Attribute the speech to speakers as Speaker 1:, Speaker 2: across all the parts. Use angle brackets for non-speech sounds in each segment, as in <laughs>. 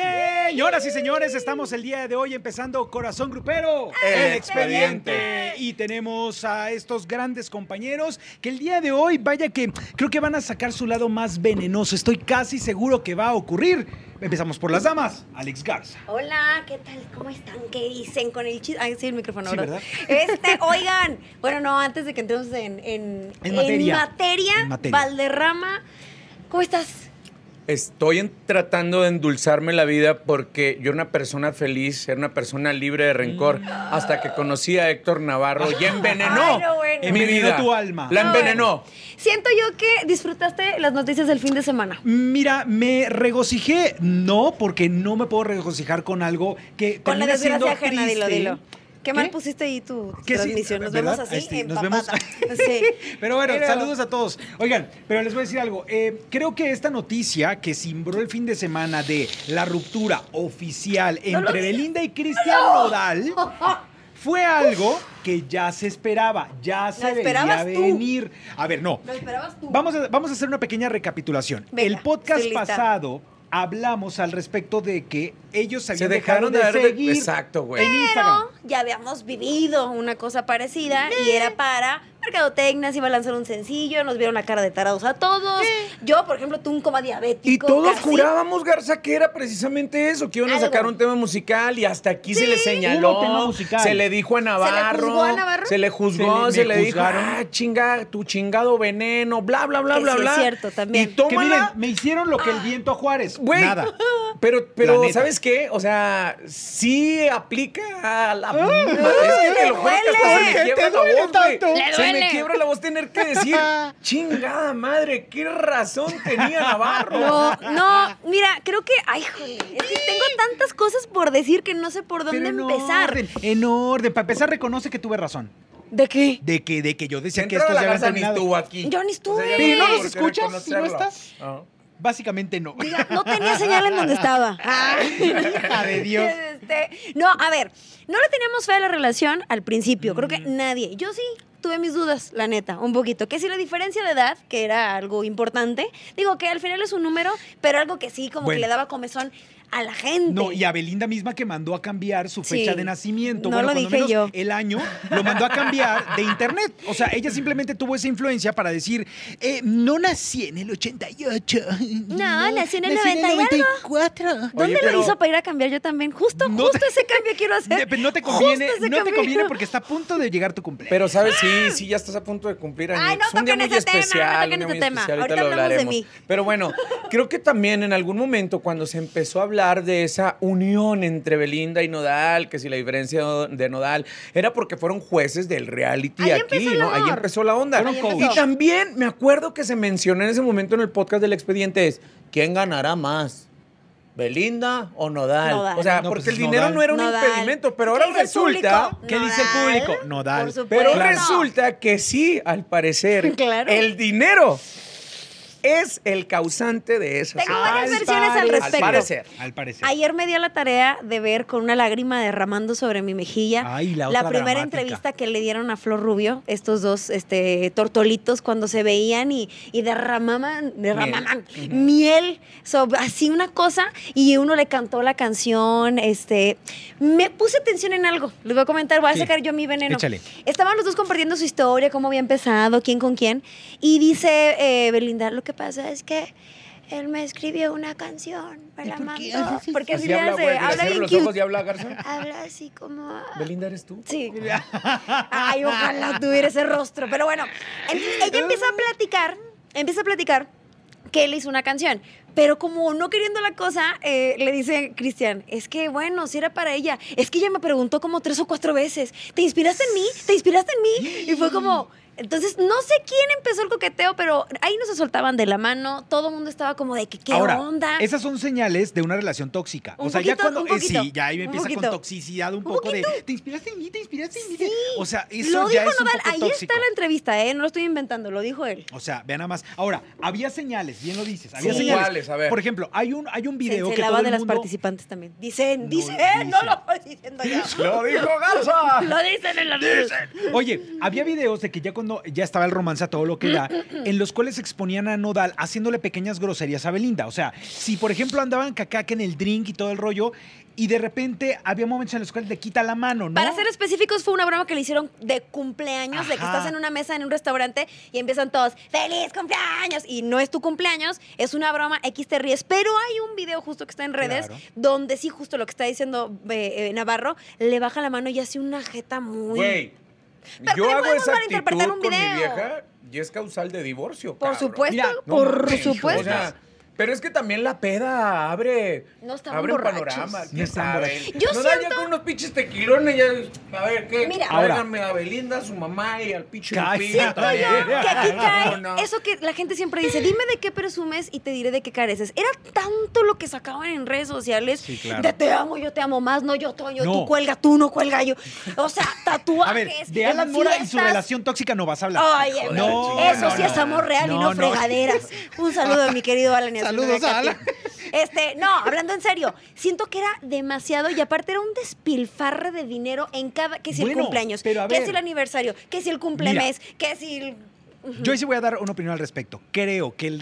Speaker 1: Señoras y señores, estamos el día de hoy empezando Corazón Grupero,
Speaker 2: El Expediente.
Speaker 1: Y tenemos a estos grandes compañeros que el día de hoy, vaya que creo que van a sacar su lado más venenoso. Estoy casi seguro que va a ocurrir. Empezamos por las damas. Alex Garza.
Speaker 3: Hola, ¿qué tal? ¿Cómo están? ¿Qué dicen con el chiste? Ay, sí, el micrófono,
Speaker 1: Sí,
Speaker 3: ¿verdad?
Speaker 1: <laughs>
Speaker 3: Este, oigan, bueno, no, antes de que entremos en, en,
Speaker 1: En materia.
Speaker 3: materia,
Speaker 1: En materia.
Speaker 3: Valderrama, ¿cómo estás?
Speaker 2: Estoy en- tratando de endulzarme la vida porque yo era una persona feliz, era una persona libre de rencor,
Speaker 3: Mm.
Speaker 2: hasta que conocí a Héctor Navarro y envenenó
Speaker 3: Ay, Ah, no, bueno. Ah,
Speaker 2: mi
Speaker 1: Envenenó
Speaker 2: vida.
Speaker 1: tu alma.
Speaker 2: La
Speaker 3: No,
Speaker 2: envenenó.
Speaker 3: Siento yo que disfrutaste las noticias del fin de semana.
Speaker 1: Mira, me regocijé, no, porque no me puedo regocijar con algo que
Speaker 3: Con la
Speaker 1: termina siendo
Speaker 3: desgracia ajena, dilo,
Speaker 1: triste.
Speaker 3: dilo. Qué, mal
Speaker 1: ¿Qué?
Speaker 3: pusiste ahí tu
Speaker 1: Que sí,
Speaker 3: transmisión. Nos
Speaker 1: ¿verdad?
Speaker 3: vemos así
Speaker 1: Este,
Speaker 3: en
Speaker 1: nos vemos-
Speaker 3: papada. <laughs> Sí.
Speaker 1: <laughs> Pero bueno,
Speaker 3: Pero-
Speaker 1: saludos a todos. Oigan, pero les voy a decir algo. Eh, creo que esta noticia que simbró el fin de semana de la ruptura oficial entre Belinda y Cristian
Speaker 3: <laughs>
Speaker 1: Nodal fue algo que ya se esperaba, ya se veía
Speaker 3: esperabas tú.
Speaker 1: venir. A ver, no.
Speaker 3: Lo esperabas tú.
Speaker 1: Vamos a, vamos a hacer una pequeña recapitulación.
Speaker 3: Venga,
Speaker 1: el podcast
Speaker 3: estoy lista.
Speaker 1: pasado hablamos al respecto de que ellos se
Speaker 2: Se
Speaker 1: habían
Speaker 2: dejaron de
Speaker 1: dejado de,
Speaker 2: ver de-
Speaker 1: seguir
Speaker 2: Exacto, güey.
Speaker 1: en
Speaker 2: Pero-
Speaker 1: Instagram.
Speaker 3: ya habíamos vivido una cosa parecida y era para mercadotecnia, se iba a lanzar un sencillo, nos vieron la cara de tarados a todos. Yo, por ejemplo, tuve un coma diabético.
Speaker 2: Y todos
Speaker 3: casi.
Speaker 2: jurábamos, Garza, que era precisamente eso, que iban a
Speaker 3: Algo.
Speaker 2: sacar un tema musical y hasta aquí se le señaló,
Speaker 1: Hubo tema musical.
Speaker 2: se le dijo a Navarro,
Speaker 3: juzgó a Navarro?
Speaker 2: se le juzgó,
Speaker 1: Se
Speaker 2: se
Speaker 1: le-
Speaker 2: le,
Speaker 1: me
Speaker 2: dijo,
Speaker 1: juzgaron.
Speaker 2: ah, chinga, tu chingado veneno, bla, bla, bla,
Speaker 3: Que
Speaker 2: bla,
Speaker 3: sí es
Speaker 2: bla.
Speaker 3: cierto también. Ah.
Speaker 2: Y
Speaker 1: Que miren,
Speaker 2: tómala,
Speaker 1: me hicieron lo que el viento a Juárez.
Speaker 2: Güey,
Speaker 1: Nada.
Speaker 2: <laughs> Pero,
Speaker 1: La
Speaker 2: pero
Speaker 1: neta.
Speaker 2: ¿sabes qué? O sea, sí aplica a la. es que te lo juro
Speaker 1: Ah, duele. ¿Por qué te
Speaker 2: que hasta se me quiebra la
Speaker 1: duele
Speaker 2: voz, güey.
Speaker 1: tanto?
Speaker 4: Le
Speaker 2: Se me
Speaker 4: duele.
Speaker 2: quiebra la voz tener que
Speaker 1: <laughs>
Speaker 2: decir, chingada madre, qué razón tenía Navarro.
Speaker 3: No, no, mira, creo que, ay, joder, es que tengo tantas cosas por decir que no sé por dónde
Speaker 1: Pero en
Speaker 3: empezar.
Speaker 1: orden, en orden. Para empezar, reconoce que tuve razón.
Speaker 3: ¿De qué?
Speaker 1: De que, de que yo decía que
Speaker 2: Entrada
Speaker 1: esto
Speaker 2: la
Speaker 1: ya había
Speaker 2: Garza ni
Speaker 1: terminado.
Speaker 2: estuvo aquí.
Speaker 3: Yo ni estuve.
Speaker 2: ya
Speaker 3: Pero
Speaker 2: no
Speaker 3: no
Speaker 2: hay por
Speaker 3: nos
Speaker 2: qué
Speaker 1: escuchas, si no
Speaker 2: reconocerlo.
Speaker 1: estás.
Speaker 2: Ah.
Speaker 1: Básicamente no. <laughs>
Speaker 3: Diga, no tenía señal en donde estaba.
Speaker 1: Hija de Dios.
Speaker 3: <laughs> Este, no, a ver, no le teníamos fe a la relación al principio, creo que
Speaker 1: Mm.
Speaker 3: nadie. Yo sí tuve mis dudas, la neta, un poquito. Que si la diferencia de edad, que era algo importante, digo que al final es un número, pero algo que sí, como
Speaker 1: Bueno.
Speaker 3: que le daba comezón a la gente.
Speaker 1: No, y a Belinda misma que mandó a cambiar su fecha
Speaker 3: Sí.
Speaker 1: de nacimiento.
Speaker 3: No
Speaker 1: bueno,
Speaker 3: lo
Speaker 1: cuando
Speaker 3: dije
Speaker 1: menos
Speaker 3: yo.
Speaker 1: el año lo mandó a cambiar de internet. O sea, ella simplemente tuvo esa influencia para decir, eh, no nací en el 88.
Speaker 3: No, nací en el 90 y algo.
Speaker 1: 94.
Speaker 3: ¿Dónde
Speaker 2: Oye,
Speaker 3: lo
Speaker 2: pero-
Speaker 3: hizo para ir a cambiar yo también? Justo,
Speaker 1: No
Speaker 3: justo
Speaker 1: te-
Speaker 3: ese cambio quiero hacer.
Speaker 1: <laughs> No te conviene,
Speaker 3: Justo ese
Speaker 1: no te
Speaker 3: cambio.
Speaker 1: conviene porque está a punto de llegar tu cumpleaños.
Speaker 3: <laughs>
Speaker 2: Pero, ¿sabes? Sí, sí, ya estás a punto de cumplir años.
Speaker 3: Ay, no
Speaker 2: un día
Speaker 3: toquen
Speaker 2: muy
Speaker 3: ese tema, no
Speaker 2: especial,
Speaker 3: toquen
Speaker 2: un día
Speaker 3: ese
Speaker 2: muy
Speaker 3: tema.
Speaker 2: especial, ahorita
Speaker 3: Ahorita
Speaker 2: lo
Speaker 3: hablamos de
Speaker 2: hablaremos.
Speaker 3: mí.
Speaker 2: Pero bueno, creo que también en algún momento cuando se empezó a hablar de esa unión entre Belinda y Nodal, que si la diferencia de Nodal era porque fueron jueces del reality
Speaker 3: Ahí
Speaker 2: aquí,
Speaker 3: empezó el
Speaker 2: ¿no? Ahí
Speaker 3: amor.
Speaker 2: empezó la onda.
Speaker 1: Fueron Ahí coach. empezó.
Speaker 2: Y también me acuerdo que se mencionó en ese momento en el podcast del expediente es, ¿quién ganará más? ¿Belinda o Nodal?
Speaker 3: Nodal.
Speaker 2: O sea,
Speaker 1: No,
Speaker 2: porque
Speaker 1: pues,
Speaker 2: el dinero
Speaker 1: Nodal.
Speaker 2: no era un
Speaker 3: Nodal.
Speaker 2: impedimento, pero ahora
Speaker 3: ¿Qué dice el
Speaker 2: resulta...
Speaker 3: público?
Speaker 1: ¿Qué dice el público? Nodal.
Speaker 3: Por supuesto.
Speaker 2: Pero
Speaker 3: Claro.
Speaker 2: resulta que sí, al parecer,
Speaker 3: <laughs> Claro.
Speaker 2: el dinero es el causante de eso.
Speaker 3: Tengo
Speaker 1: Al
Speaker 3: varias versiones al
Speaker 1: parecer.
Speaker 3: respecto.
Speaker 2: Al parecer.
Speaker 1: Al parecer.
Speaker 3: Ayer me di a la tarea de ver con una lágrima derramando sobre mi mejilla
Speaker 1: Ay, la otra
Speaker 3: primera
Speaker 1: dramática.
Speaker 3: entrevista que le dieron a Flor Rubio, estos dos este, tortolitos cuando se veían y, y derramaban, derramaban miel, sobre- así una cosa, y uno le cantó la canción. Este, me puse atención en algo, les voy a comentar, voy a
Speaker 1: Sí.
Speaker 3: sacar yo mi veneno.
Speaker 1: Échale.
Speaker 3: Estaban los dos compartiendo su historia, cómo había empezado, quién con quién. Y dice eh, Belinda, lo que pasa es que él me escribió una canción, me la mandó. Porque así
Speaker 2: Así
Speaker 3: le
Speaker 2: habla,
Speaker 3: hace,
Speaker 2: güey,
Speaker 3: habla
Speaker 2: cierra
Speaker 3: bien
Speaker 2: los
Speaker 3: cute.
Speaker 2: ojos y habla Garza.
Speaker 3: Habla así como... ah,
Speaker 2: Belinda, ¿eres tú?
Speaker 3: Sí. Ay, ojalá tuviera ese rostro. Pero bueno, entonces ella empieza a platicar, empieza a platicar que él hizo una canción. Pero como no queriendo la cosa, eh, le dice Cristian, es que bueno, si era para ella. Es que ella me preguntó como tres o cuatro veces, ¿te inspiraste en mí? ¿Te inspiraste en mí? Y fue como... Entonces, no sé quién empezó el coqueteo, pero ahí no se soltaban de la mano. Todo el mundo estaba como de que, ¿qué
Speaker 1: Ahora,
Speaker 3: onda?
Speaker 1: esas son señales de una relación tóxica. o
Speaker 3: Un
Speaker 1: sea, ya
Speaker 3: poquito,
Speaker 1: cuando.
Speaker 3: un
Speaker 1: eh,
Speaker 3: poquito,
Speaker 1: sí, ya ahí
Speaker 3: un
Speaker 1: empieza
Speaker 3: poquito.
Speaker 1: con toxicidad un
Speaker 3: Un
Speaker 1: poco de. Te inspiraste en mí, te inspiraste en mí. te-". O sea, eso
Speaker 3: Lo
Speaker 1: ya
Speaker 3: dijo
Speaker 1: es un
Speaker 3: Nodal.
Speaker 1: poco
Speaker 3: Ahí
Speaker 1: tóxico.
Speaker 3: está la entrevista, ¿eh? No lo estoy inventando, lo dijo él.
Speaker 1: O sea, vean nada más. Ahora, había señales, bien lo dices. Había
Speaker 3: Sí.
Speaker 1: señales.
Speaker 2: ¿Cuáles? A ver.
Speaker 1: Por ejemplo, hay un, hay un video
Speaker 3: se, se
Speaker 1: que
Speaker 3: lava
Speaker 1: todo
Speaker 3: de
Speaker 1: el
Speaker 3: las
Speaker 1: mundo-
Speaker 3: participantes también. Dicen,
Speaker 1: No
Speaker 3: dicen,
Speaker 1: dicen.
Speaker 3: no lo estoy diciendo yo.
Speaker 2: ¡Lo dijo Garza!
Speaker 3: lo dicen en la
Speaker 1: Oye, había videos de que ya con fondo ya estaba el romance a todo lo que
Speaker 3: <clears throat>
Speaker 1: da, en los cuales exponían a Nodal haciéndole pequeñas groserías a Belinda. O sea, si por ejemplo andaban cacaca en el drink y todo el rollo, y de repente había momentos en los cuales le quita la mano, ¿no?
Speaker 3: Para ser específicos, fue una broma que le hicieron de cumpleaños, de que
Speaker 1: Ajá.
Speaker 3: estás en una mesa en un restaurante y empiezan todos, ¡Feliz cumpleaños! Y no es tu cumpleaños, es una broma, X te ríes. Pero hay un video justo que está en redes
Speaker 1: Claro.
Speaker 3: donde sí, justo lo que está diciendo eh, eh, Navarro, le baja la mano y hace una jeta muy...
Speaker 2: Güey,
Speaker 3: Pero
Speaker 2: yo
Speaker 3: también
Speaker 2: hago
Speaker 3: podemos
Speaker 2: esa actitud
Speaker 3: malinterpretar un
Speaker 2: con mi
Speaker 3: video.
Speaker 2: vieja y es causal de divorcio,
Speaker 3: Por
Speaker 2: cabrón.
Speaker 3: supuesto,
Speaker 1: Mira, no
Speaker 3: por
Speaker 1: mames, hijo,
Speaker 3: supuesto.
Speaker 2: O sea, pero es que también la peda abre,
Speaker 3: No estaban
Speaker 2: abre un
Speaker 3: borrachos.
Speaker 2: panorama.
Speaker 1: No estaban borrachos.
Speaker 3: Yo
Speaker 2: no da ya
Speaker 3: siento-
Speaker 2: con unos pinches tequilones. Ya, a ver, ¿qué?
Speaker 3: Mira.
Speaker 1: Ahora.
Speaker 2: Tráiganme a Belinda, a su mamá y al pinche
Speaker 1: Cállate.
Speaker 2: Lupillo
Speaker 1: Siento
Speaker 2: también.
Speaker 1: yo
Speaker 3: que aquí cae
Speaker 2: No, no.
Speaker 3: eso que la gente siempre dice, dime de qué presumes y te diré de qué careces. Era tanto lo que sacaban en redes sociales
Speaker 1: Sí, claro.
Speaker 3: de te amo, yo te amo más, no yo Toño,
Speaker 1: No.
Speaker 3: tú cuelga, tú no cuelga yo. O sea, tatuajes.
Speaker 1: <laughs> A ver, de
Speaker 3: en
Speaker 1: Alan Mora y su
Speaker 3: fiestas.
Speaker 1: relación tóxica no vas a hablar.
Speaker 3: Ay,
Speaker 2: Hijo de
Speaker 1: No,
Speaker 3: no, eso sí
Speaker 1: no,
Speaker 3: es
Speaker 1: no.
Speaker 3: amor real y
Speaker 1: No,
Speaker 3: no,
Speaker 1: no.
Speaker 3: fregaderas. Un saludo a mi querido Alan. y a su
Speaker 1: Saludos,
Speaker 3: novia Katy.
Speaker 1: Alan.
Speaker 3: Este, no, hablando en serio, siento que era demasiado y aparte era un despilfarre de dinero en cada, que si el
Speaker 1: Bueno,
Speaker 3: cumpleaños,
Speaker 1: pero a
Speaker 3: que
Speaker 1: ver.
Speaker 3: si el aniversario, que si el cumplemes, que si el
Speaker 1: Yo ahí sí voy a dar una opinión al respecto. Creo que el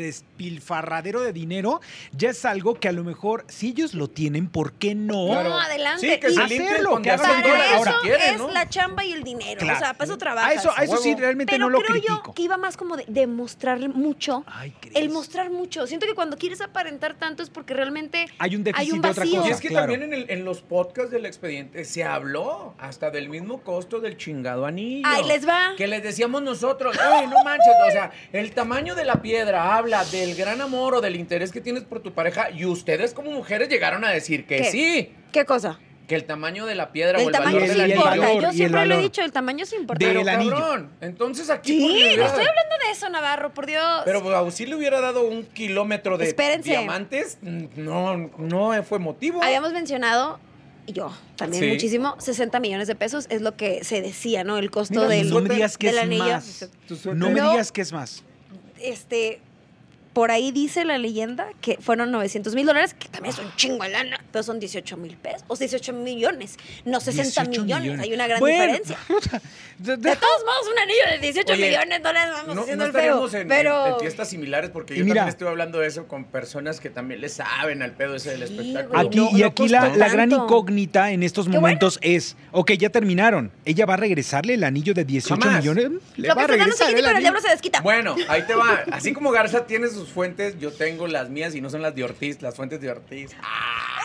Speaker 1: despilfarradero de dinero ya es algo que a lo mejor, si ellos lo tienen, ¿por qué no?
Speaker 3: Claro. No, adelante.
Speaker 2: Sí, que
Speaker 3: Y
Speaker 2: se limpien
Speaker 1: hacerlo,
Speaker 2: con
Speaker 1: que
Speaker 2: que
Speaker 1: hagan
Speaker 2: hagan
Speaker 1: dólar
Speaker 3: Para eso
Speaker 1: ahora.
Speaker 2: ahora. quieren,
Speaker 3: es
Speaker 2: ¿no?
Speaker 3: la chamba y el dinero.
Speaker 1: Claro.
Speaker 3: O sea, para eso
Speaker 1: A
Speaker 3: trabajas.
Speaker 1: eso, a eso sí
Speaker 2: huevo.
Speaker 1: realmente
Speaker 3: Pero
Speaker 1: no lo
Speaker 3: creo
Speaker 1: critico.
Speaker 3: yo que iba más como de, de mostrarle mucho.
Speaker 1: Ay, ¿crees?
Speaker 3: El mostrar mucho. Siento que cuando quieres aparentar tanto es porque realmente
Speaker 1: Hay un déficit de otra
Speaker 3: vacío.
Speaker 1: cosa.
Speaker 2: Y es que
Speaker 1: Claro.
Speaker 2: también en, el- en los podcasts del expediente se habló hasta del mismo costo del chingado anillo.
Speaker 3: Ay, les va.
Speaker 2: Que les decíamos nosotros, "Ey, no manches, o sea, el tamaño de la piedra habla del gran amor o del interés que tienes por tu pareja y ustedes como mujeres llegaron a decir que
Speaker 3: ¿Qué?
Speaker 2: sí,
Speaker 3: ¿Qué cosa?
Speaker 2: que el tamaño de la piedra o
Speaker 3: El
Speaker 2: el
Speaker 3: tamaño
Speaker 2: valor
Speaker 1: sí
Speaker 3: se
Speaker 2: del
Speaker 1: y el
Speaker 2: anillo.
Speaker 3: importa.
Speaker 1: valor, y
Speaker 3: Yo
Speaker 1: el
Speaker 3: siempre lo he
Speaker 1: valor.
Speaker 3: dicho, el tamaño se importa.
Speaker 2: Pero,
Speaker 1: del anillo.
Speaker 2: cabrón, entonces aquí
Speaker 3: Sí,
Speaker 2: por
Speaker 3: no
Speaker 2: realidad-
Speaker 3: estoy hablando de eso, Navarro, por Dios.
Speaker 2: pero pues, si le hubiera dado un kilómetro de
Speaker 3: Espérense.
Speaker 2: diamantes, no, no fue motivo.
Speaker 3: Habíamos mencionado, y yo también
Speaker 2: Sí.
Speaker 3: muchísimo, 60 millones de pesos es lo que se decía, ¿no? El costo
Speaker 1: Mira,
Speaker 3: del,
Speaker 1: no me digas que
Speaker 3: del
Speaker 1: es
Speaker 3: anillo.
Speaker 1: más.
Speaker 2: Tu suerte.
Speaker 1: No me
Speaker 3: No.
Speaker 1: digas que es más.
Speaker 3: este por ahí dice la leyenda que fueron 900 mil dólares, que también es un chingo de lana, pero son 18 mil pesos, o 18 millones, no 60
Speaker 1: 18
Speaker 3: millones. Hay una gran
Speaker 1: Bueno, <laughs>
Speaker 2: <laughs>
Speaker 3: diferencia.
Speaker 1: de- de-
Speaker 3: De todos modos, un anillo de 18
Speaker 2: Oye,
Speaker 3: millones de dólares, vamos
Speaker 2: No, no
Speaker 3: haciendo el feo.
Speaker 2: estaremos en,
Speaker 3: pero...
Speaker 2: en- en fiestas similares porque
Speaker 1: Y
Speaker 2: yo
Speaker 1: mira.
Speaker 2: también estuve hablando de eso con personas que también le saben al pedo ese del
Speaker 3: Sí,
Speaker 2: espectáculo.
Speaker 3: güey.
Speaker 1: Aquí,
Speaker 3: No,
Speaker 1: y
Speaker 3: no
Speaker 1: aquí la,
Speaker 3: costó
Speaker 1: la gran
Speaker 3: tanto.
Speaker 1: incógnita en estos
Speaker 3: bueno.
Speaker 1: momentos es, ok, ya terminaron. ¿Ella va a regresarle el anillo de 18
Speaker 2: Jamás.
Speaker 1: millones? Le
Speaker 3: lo
Speaker 1: va a
Speaker 3: que se gana un
Speaker 1: regresar
Speaker 3: chiquitito,
Speaker 1: el
Speaker 3: pero el
Speaker 1: anillo.
Speaker 3: diablo se desquita.
Speaker 2: Bueno, ahí te va. Así como Garza tiene sus fuentes, yo tengo las mías y no son las de Ortiz, las fuentes de Ortiz. Ah.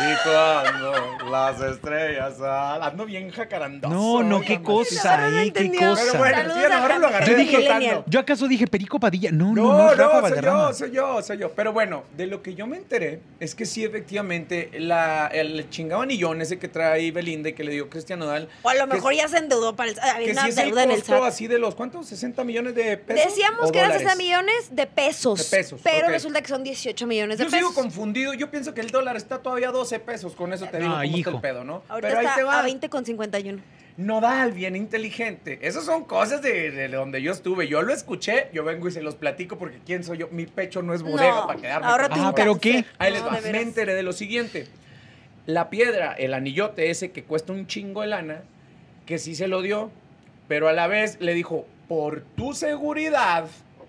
Speaker 2: Y cuando las estrellas sal- ando bien jacarandoso.
Speaker 1: No, no, qué
Speaker 2: mamá.
Speaker 1: cosa,
Speaker 3: Ahora no
Speaker 1: eh, qué
Speaker 3: entendió.
Speaker 1: cosa.
Speaker 2: Pero bueno,
Speaker 3: Saludos
Speaker 2: sí, a lo
Speaker 3: a
Speaker 2: mejor lo
Speaker 3: Rafa.
Speaker 2: agarré
Speaker 1: Yo dije-
Speaker 2: flotando.
Speaker 1: Yo acaso dije Perico Padilla. No, no, no,
Speaker 2: No, no,
Speaker 1: Rafa
Speaker 2: soy
Speaker 1: Valderrama.
Speaker 2: yo, soy yo, soy yo. Pero bueno, de lo que yo me enteré es que sí, efectivamente, la, el chingado anillón ese que trae Belinda y que le dio Cristian Nodal.
Speaker 3: O a lo
Speaker 2: que-
Speaker 3: mejor ya se endeudó para el, había
Speaker 2: que
Speaker 3: una
Speaker 2: sí es el
Speaker 3: deuda en el
Speaker 2: costo
Speaker 3: SAT.
Speaker 2: así de los, ¿cuántos? ¿60 millones de pesos?
Speaker 3: Decíamos
Speaker 2: ¿O
Speaker 3: que eran
Speaker 2: dólares?
Speaker 3: 60 millones de pesos,
Speaker 2: De pesos,
Speaker 3: pero
Speaker 2: ok.
Speaker 3: resulta que son 18 millones de
Speaker 2: Yo
Speaker 3: pesos.
Speaker 2: sigo confundido. Yo pienso que el dólar está todavía a 12 pesos. Con eso te digo
Speaker 1: Ah,
Speaker 2: cómo está
Speaker 1: hijo.
Speaker 2: el pedo, ¿no?
Speaker 3: Ahorita
Speaker 2: Pero ahí te
Speaker 3: está
Speaker 2: va.
Speaker 3: a 20 con 51.
Speaker 2: Nodal, bien inteligente. Esas son cosas de, de donde yo estuve. Yo lo escuché, yo vengo y se los platico porque quién soy yo. Mi pecho no es bodega
Speaker 3: No,
Speaker 2: para quedarme.
Speaker 3: ahora
Speaker 2: con
Speaker 1: tú
Speaker 2: todo.
Speaker 1: Ah, pero ¿qué?
Speaker 2: Ahí les
Speaker 3: No,
Speaker 2: va.
Speaker 3: de veras.
Speaker 2: Me enteré de lo siguiente. La piedra, el anillote ese que cuesta un chingo de lana, que sí se lo dio, pero a la vez le dijo, por tu seguridad,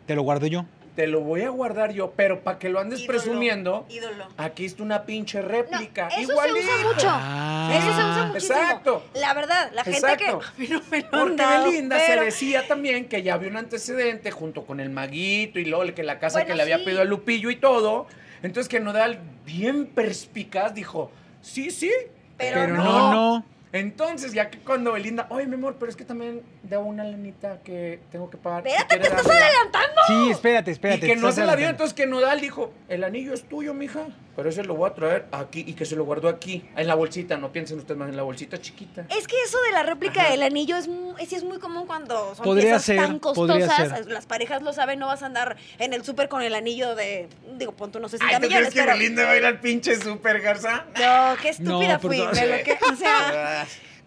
Speaker 1: Te lo guardo yo.
Speaker 2: te lo voy a guardar yo, pero para que lo andes
Speaker 3: Ídolo,
Speaker 2: presumiendo,
Speaker 3: ídolo.
Speaker 2: aquí está una pinche
Speaker 3: No,
Speaker 2: réplica.
Speaker 3: eso
Speaker 2: igualito.
Speaker 3: se usa mucho.
Speaker 1: Ah.
Speaker 3: eso se usa muchísimo.
Speaker 2: Exacto.
Speaker 3: La verdad, la gente
Speaker 2: Exacto.
Speaker 3: que. <laughs> A mí no me lo han
Speaker 2: Porque
Speaker 3: dado,
Speaker 2: Belinda
Speaker 3: pero-
Speaker 2: se decía también que ya había un antecedente junto con el maguito y LOL, que la casa
Speaker 3: Bueno,
Speaker 2: que le había
Speaker 3: sí.
Speaker 2: pedido a Lupillo y todo. Entonces que Nodal, bien perspicaz, dijo, sí, sí,
Speaker 3: Pero
Speaker 1: Pero no, no.
Speaker 2: Entonces, ya que cuando Belinda, oye, mi amor, pero es que también debo una lanita que tengo que pagar. si
Speaker 3: Espérate,
Speaker 2: quieres
Speaker 3: te estás
Speaker 2: dármela".
Speaker 3: adelantando.
Speaker 1: Sí, espérate, espérate.
Speaker 2: Y que no
Speaker 1: estás
Speaker 2: se la dio,
Speaker 1: adelantando.
Speaker 2: entonces que Nodal dijo, el anillo es tuyo, mija, pero ese lo voy a traer aquí y que se lo guardó aquí, en la bolsita, no piensen ustedes más en la bolsita chiquita.
Speaker 3: Es que eso de la réplica del anillo es mu- es, sí es muy común cuando son
Speaker 1: Podría
Speaker 3: piezas
Speaker 1: ser,
Speaker 3: tan
Speaker 1: podría
Speaker 3: costosas.
Speaker 1: ser.
Speaker 3: Las parejas lo saben, no vas a andar en el súper con el anillo de, digo, pon tú no sé si
Speaker 2: Ay, ¿tú
Speaker 3: millones,
Speaker 2: crees que
Speaker 3: pero-
Speaker 2: Belinda va a ir al pinche super garza?
Speaker 3: No, qué estúpida
Speaker 1: No,
Speaker 3: fui.
Speaker 1: perdón.
Speaker 2: <laughs>
Speaker 3: pero que- o sea,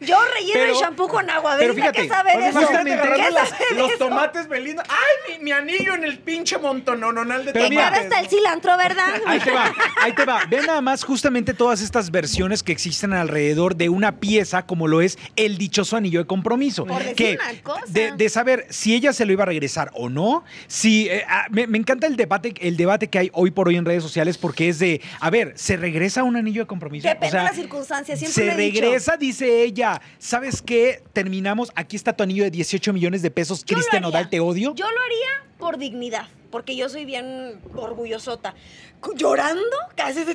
Speaker 3: Yo relleno el shampoo con agua.
Speaker 1: pero
Speaker 3: Belinda,
Speaker 1: fíjate,
Speaker 3: ¿qué sabe
Speaker 2: Pues
Speaker 3: de eso?
Speaker 1: justamente
Speaker 3: ¿Qué
Speaker 1: agarrando
Speaker 3: sabe
Speaker 1: las-
Speaker 3: de
Speaker 2: Los
Speaker 3: eso?
Speaker 2: tomates, Belinda. ¡Ay, mi, mi anillo en el pinche montononal de
Speaker 1: Pero
Speaker 3: Que
Speaker 1: mira,
Speaker 3: cara
Speaker 2: tomates!
Speaker 3: está el cilantro, ¿verdad?
Speaker 1: <laughs> Ahí te va, ahí te va. Ve nada más justamente todas estas versiones que existen alrededor de una pieza como lo es el dichoso anillo de compromiso.
Speaker 3: Por decir
Speaker 1: que
Speaker 3: una cosa.
Speaker 1: De, de saber si ella se lo iba a regresar o no. Si, eh, ah, me, me encanta el debate, el debate que hay hoy por hoy en redes sociales porque es de, a ver, ¿se regresa un anillo de compromiso?
Speaker 3: <laughs> Depende de las circunstancias, siempre
Speaker 1: Se
Speaker 3: lo he dicho.
Speaker 1: regresa, dice ella. ¿Sabes qué? Terminamos, aquí está tu anillo de 18 millones de pesos.
Speaker 3: Yo lo
Speaker 1: Cristian
Speaker 3: haría.
Speaker 1: Odal, te odio.
Speaker 3: Yo lo haría por dignidad, porque yo soy bien orgullosota. Cu- Llorando, casi de <laughs>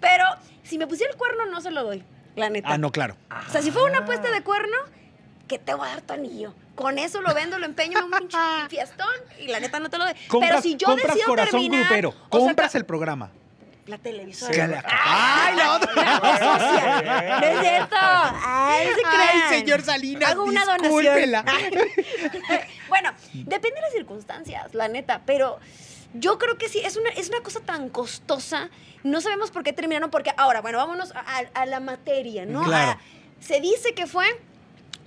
Speaker 3: Pero si me pusiera el cuerno, no se lo doy, la neta.
Speaker 1: Ah, no, claro.
Speaker 3: O sea, si fue una apuesta de cuerno, que te voy a dar tu anillo. Con eso lo vendo, lo empeño en un pinche
Speaker 1: <laughs>
Speaker 3: fiestón y la neta no te lo doy. Pero si yo
Speaker 1: compras
Speaker 3: decido
Speaker 1: corazón
Speaker 3: terminar,
Speaker 1: grupero,
Speaker 3: o sea,
Speaker 1: compras el programa.
Speaker 3: la televisora.
Speaker 1: Sí, la-
Speaker 3: ¡Ay, la otra! socia! ¡No es cierto! ¡Ay, no se crean.
Speaker 1: Salinas!
Speaker 3: Hago una
Speaker 1: discúlpela.
Speaker 3: donación. <laughs> bueno, depende de las circunstancias, la neta, pero yo creo que sí, es una, es una cosa tan costosa. No sabemos por qué terminaron, porque ahora, bueno, vámonos a, a- a la materia, ¿no?
Speaker 1: Claro.
Speaker 3: A- se dice que fue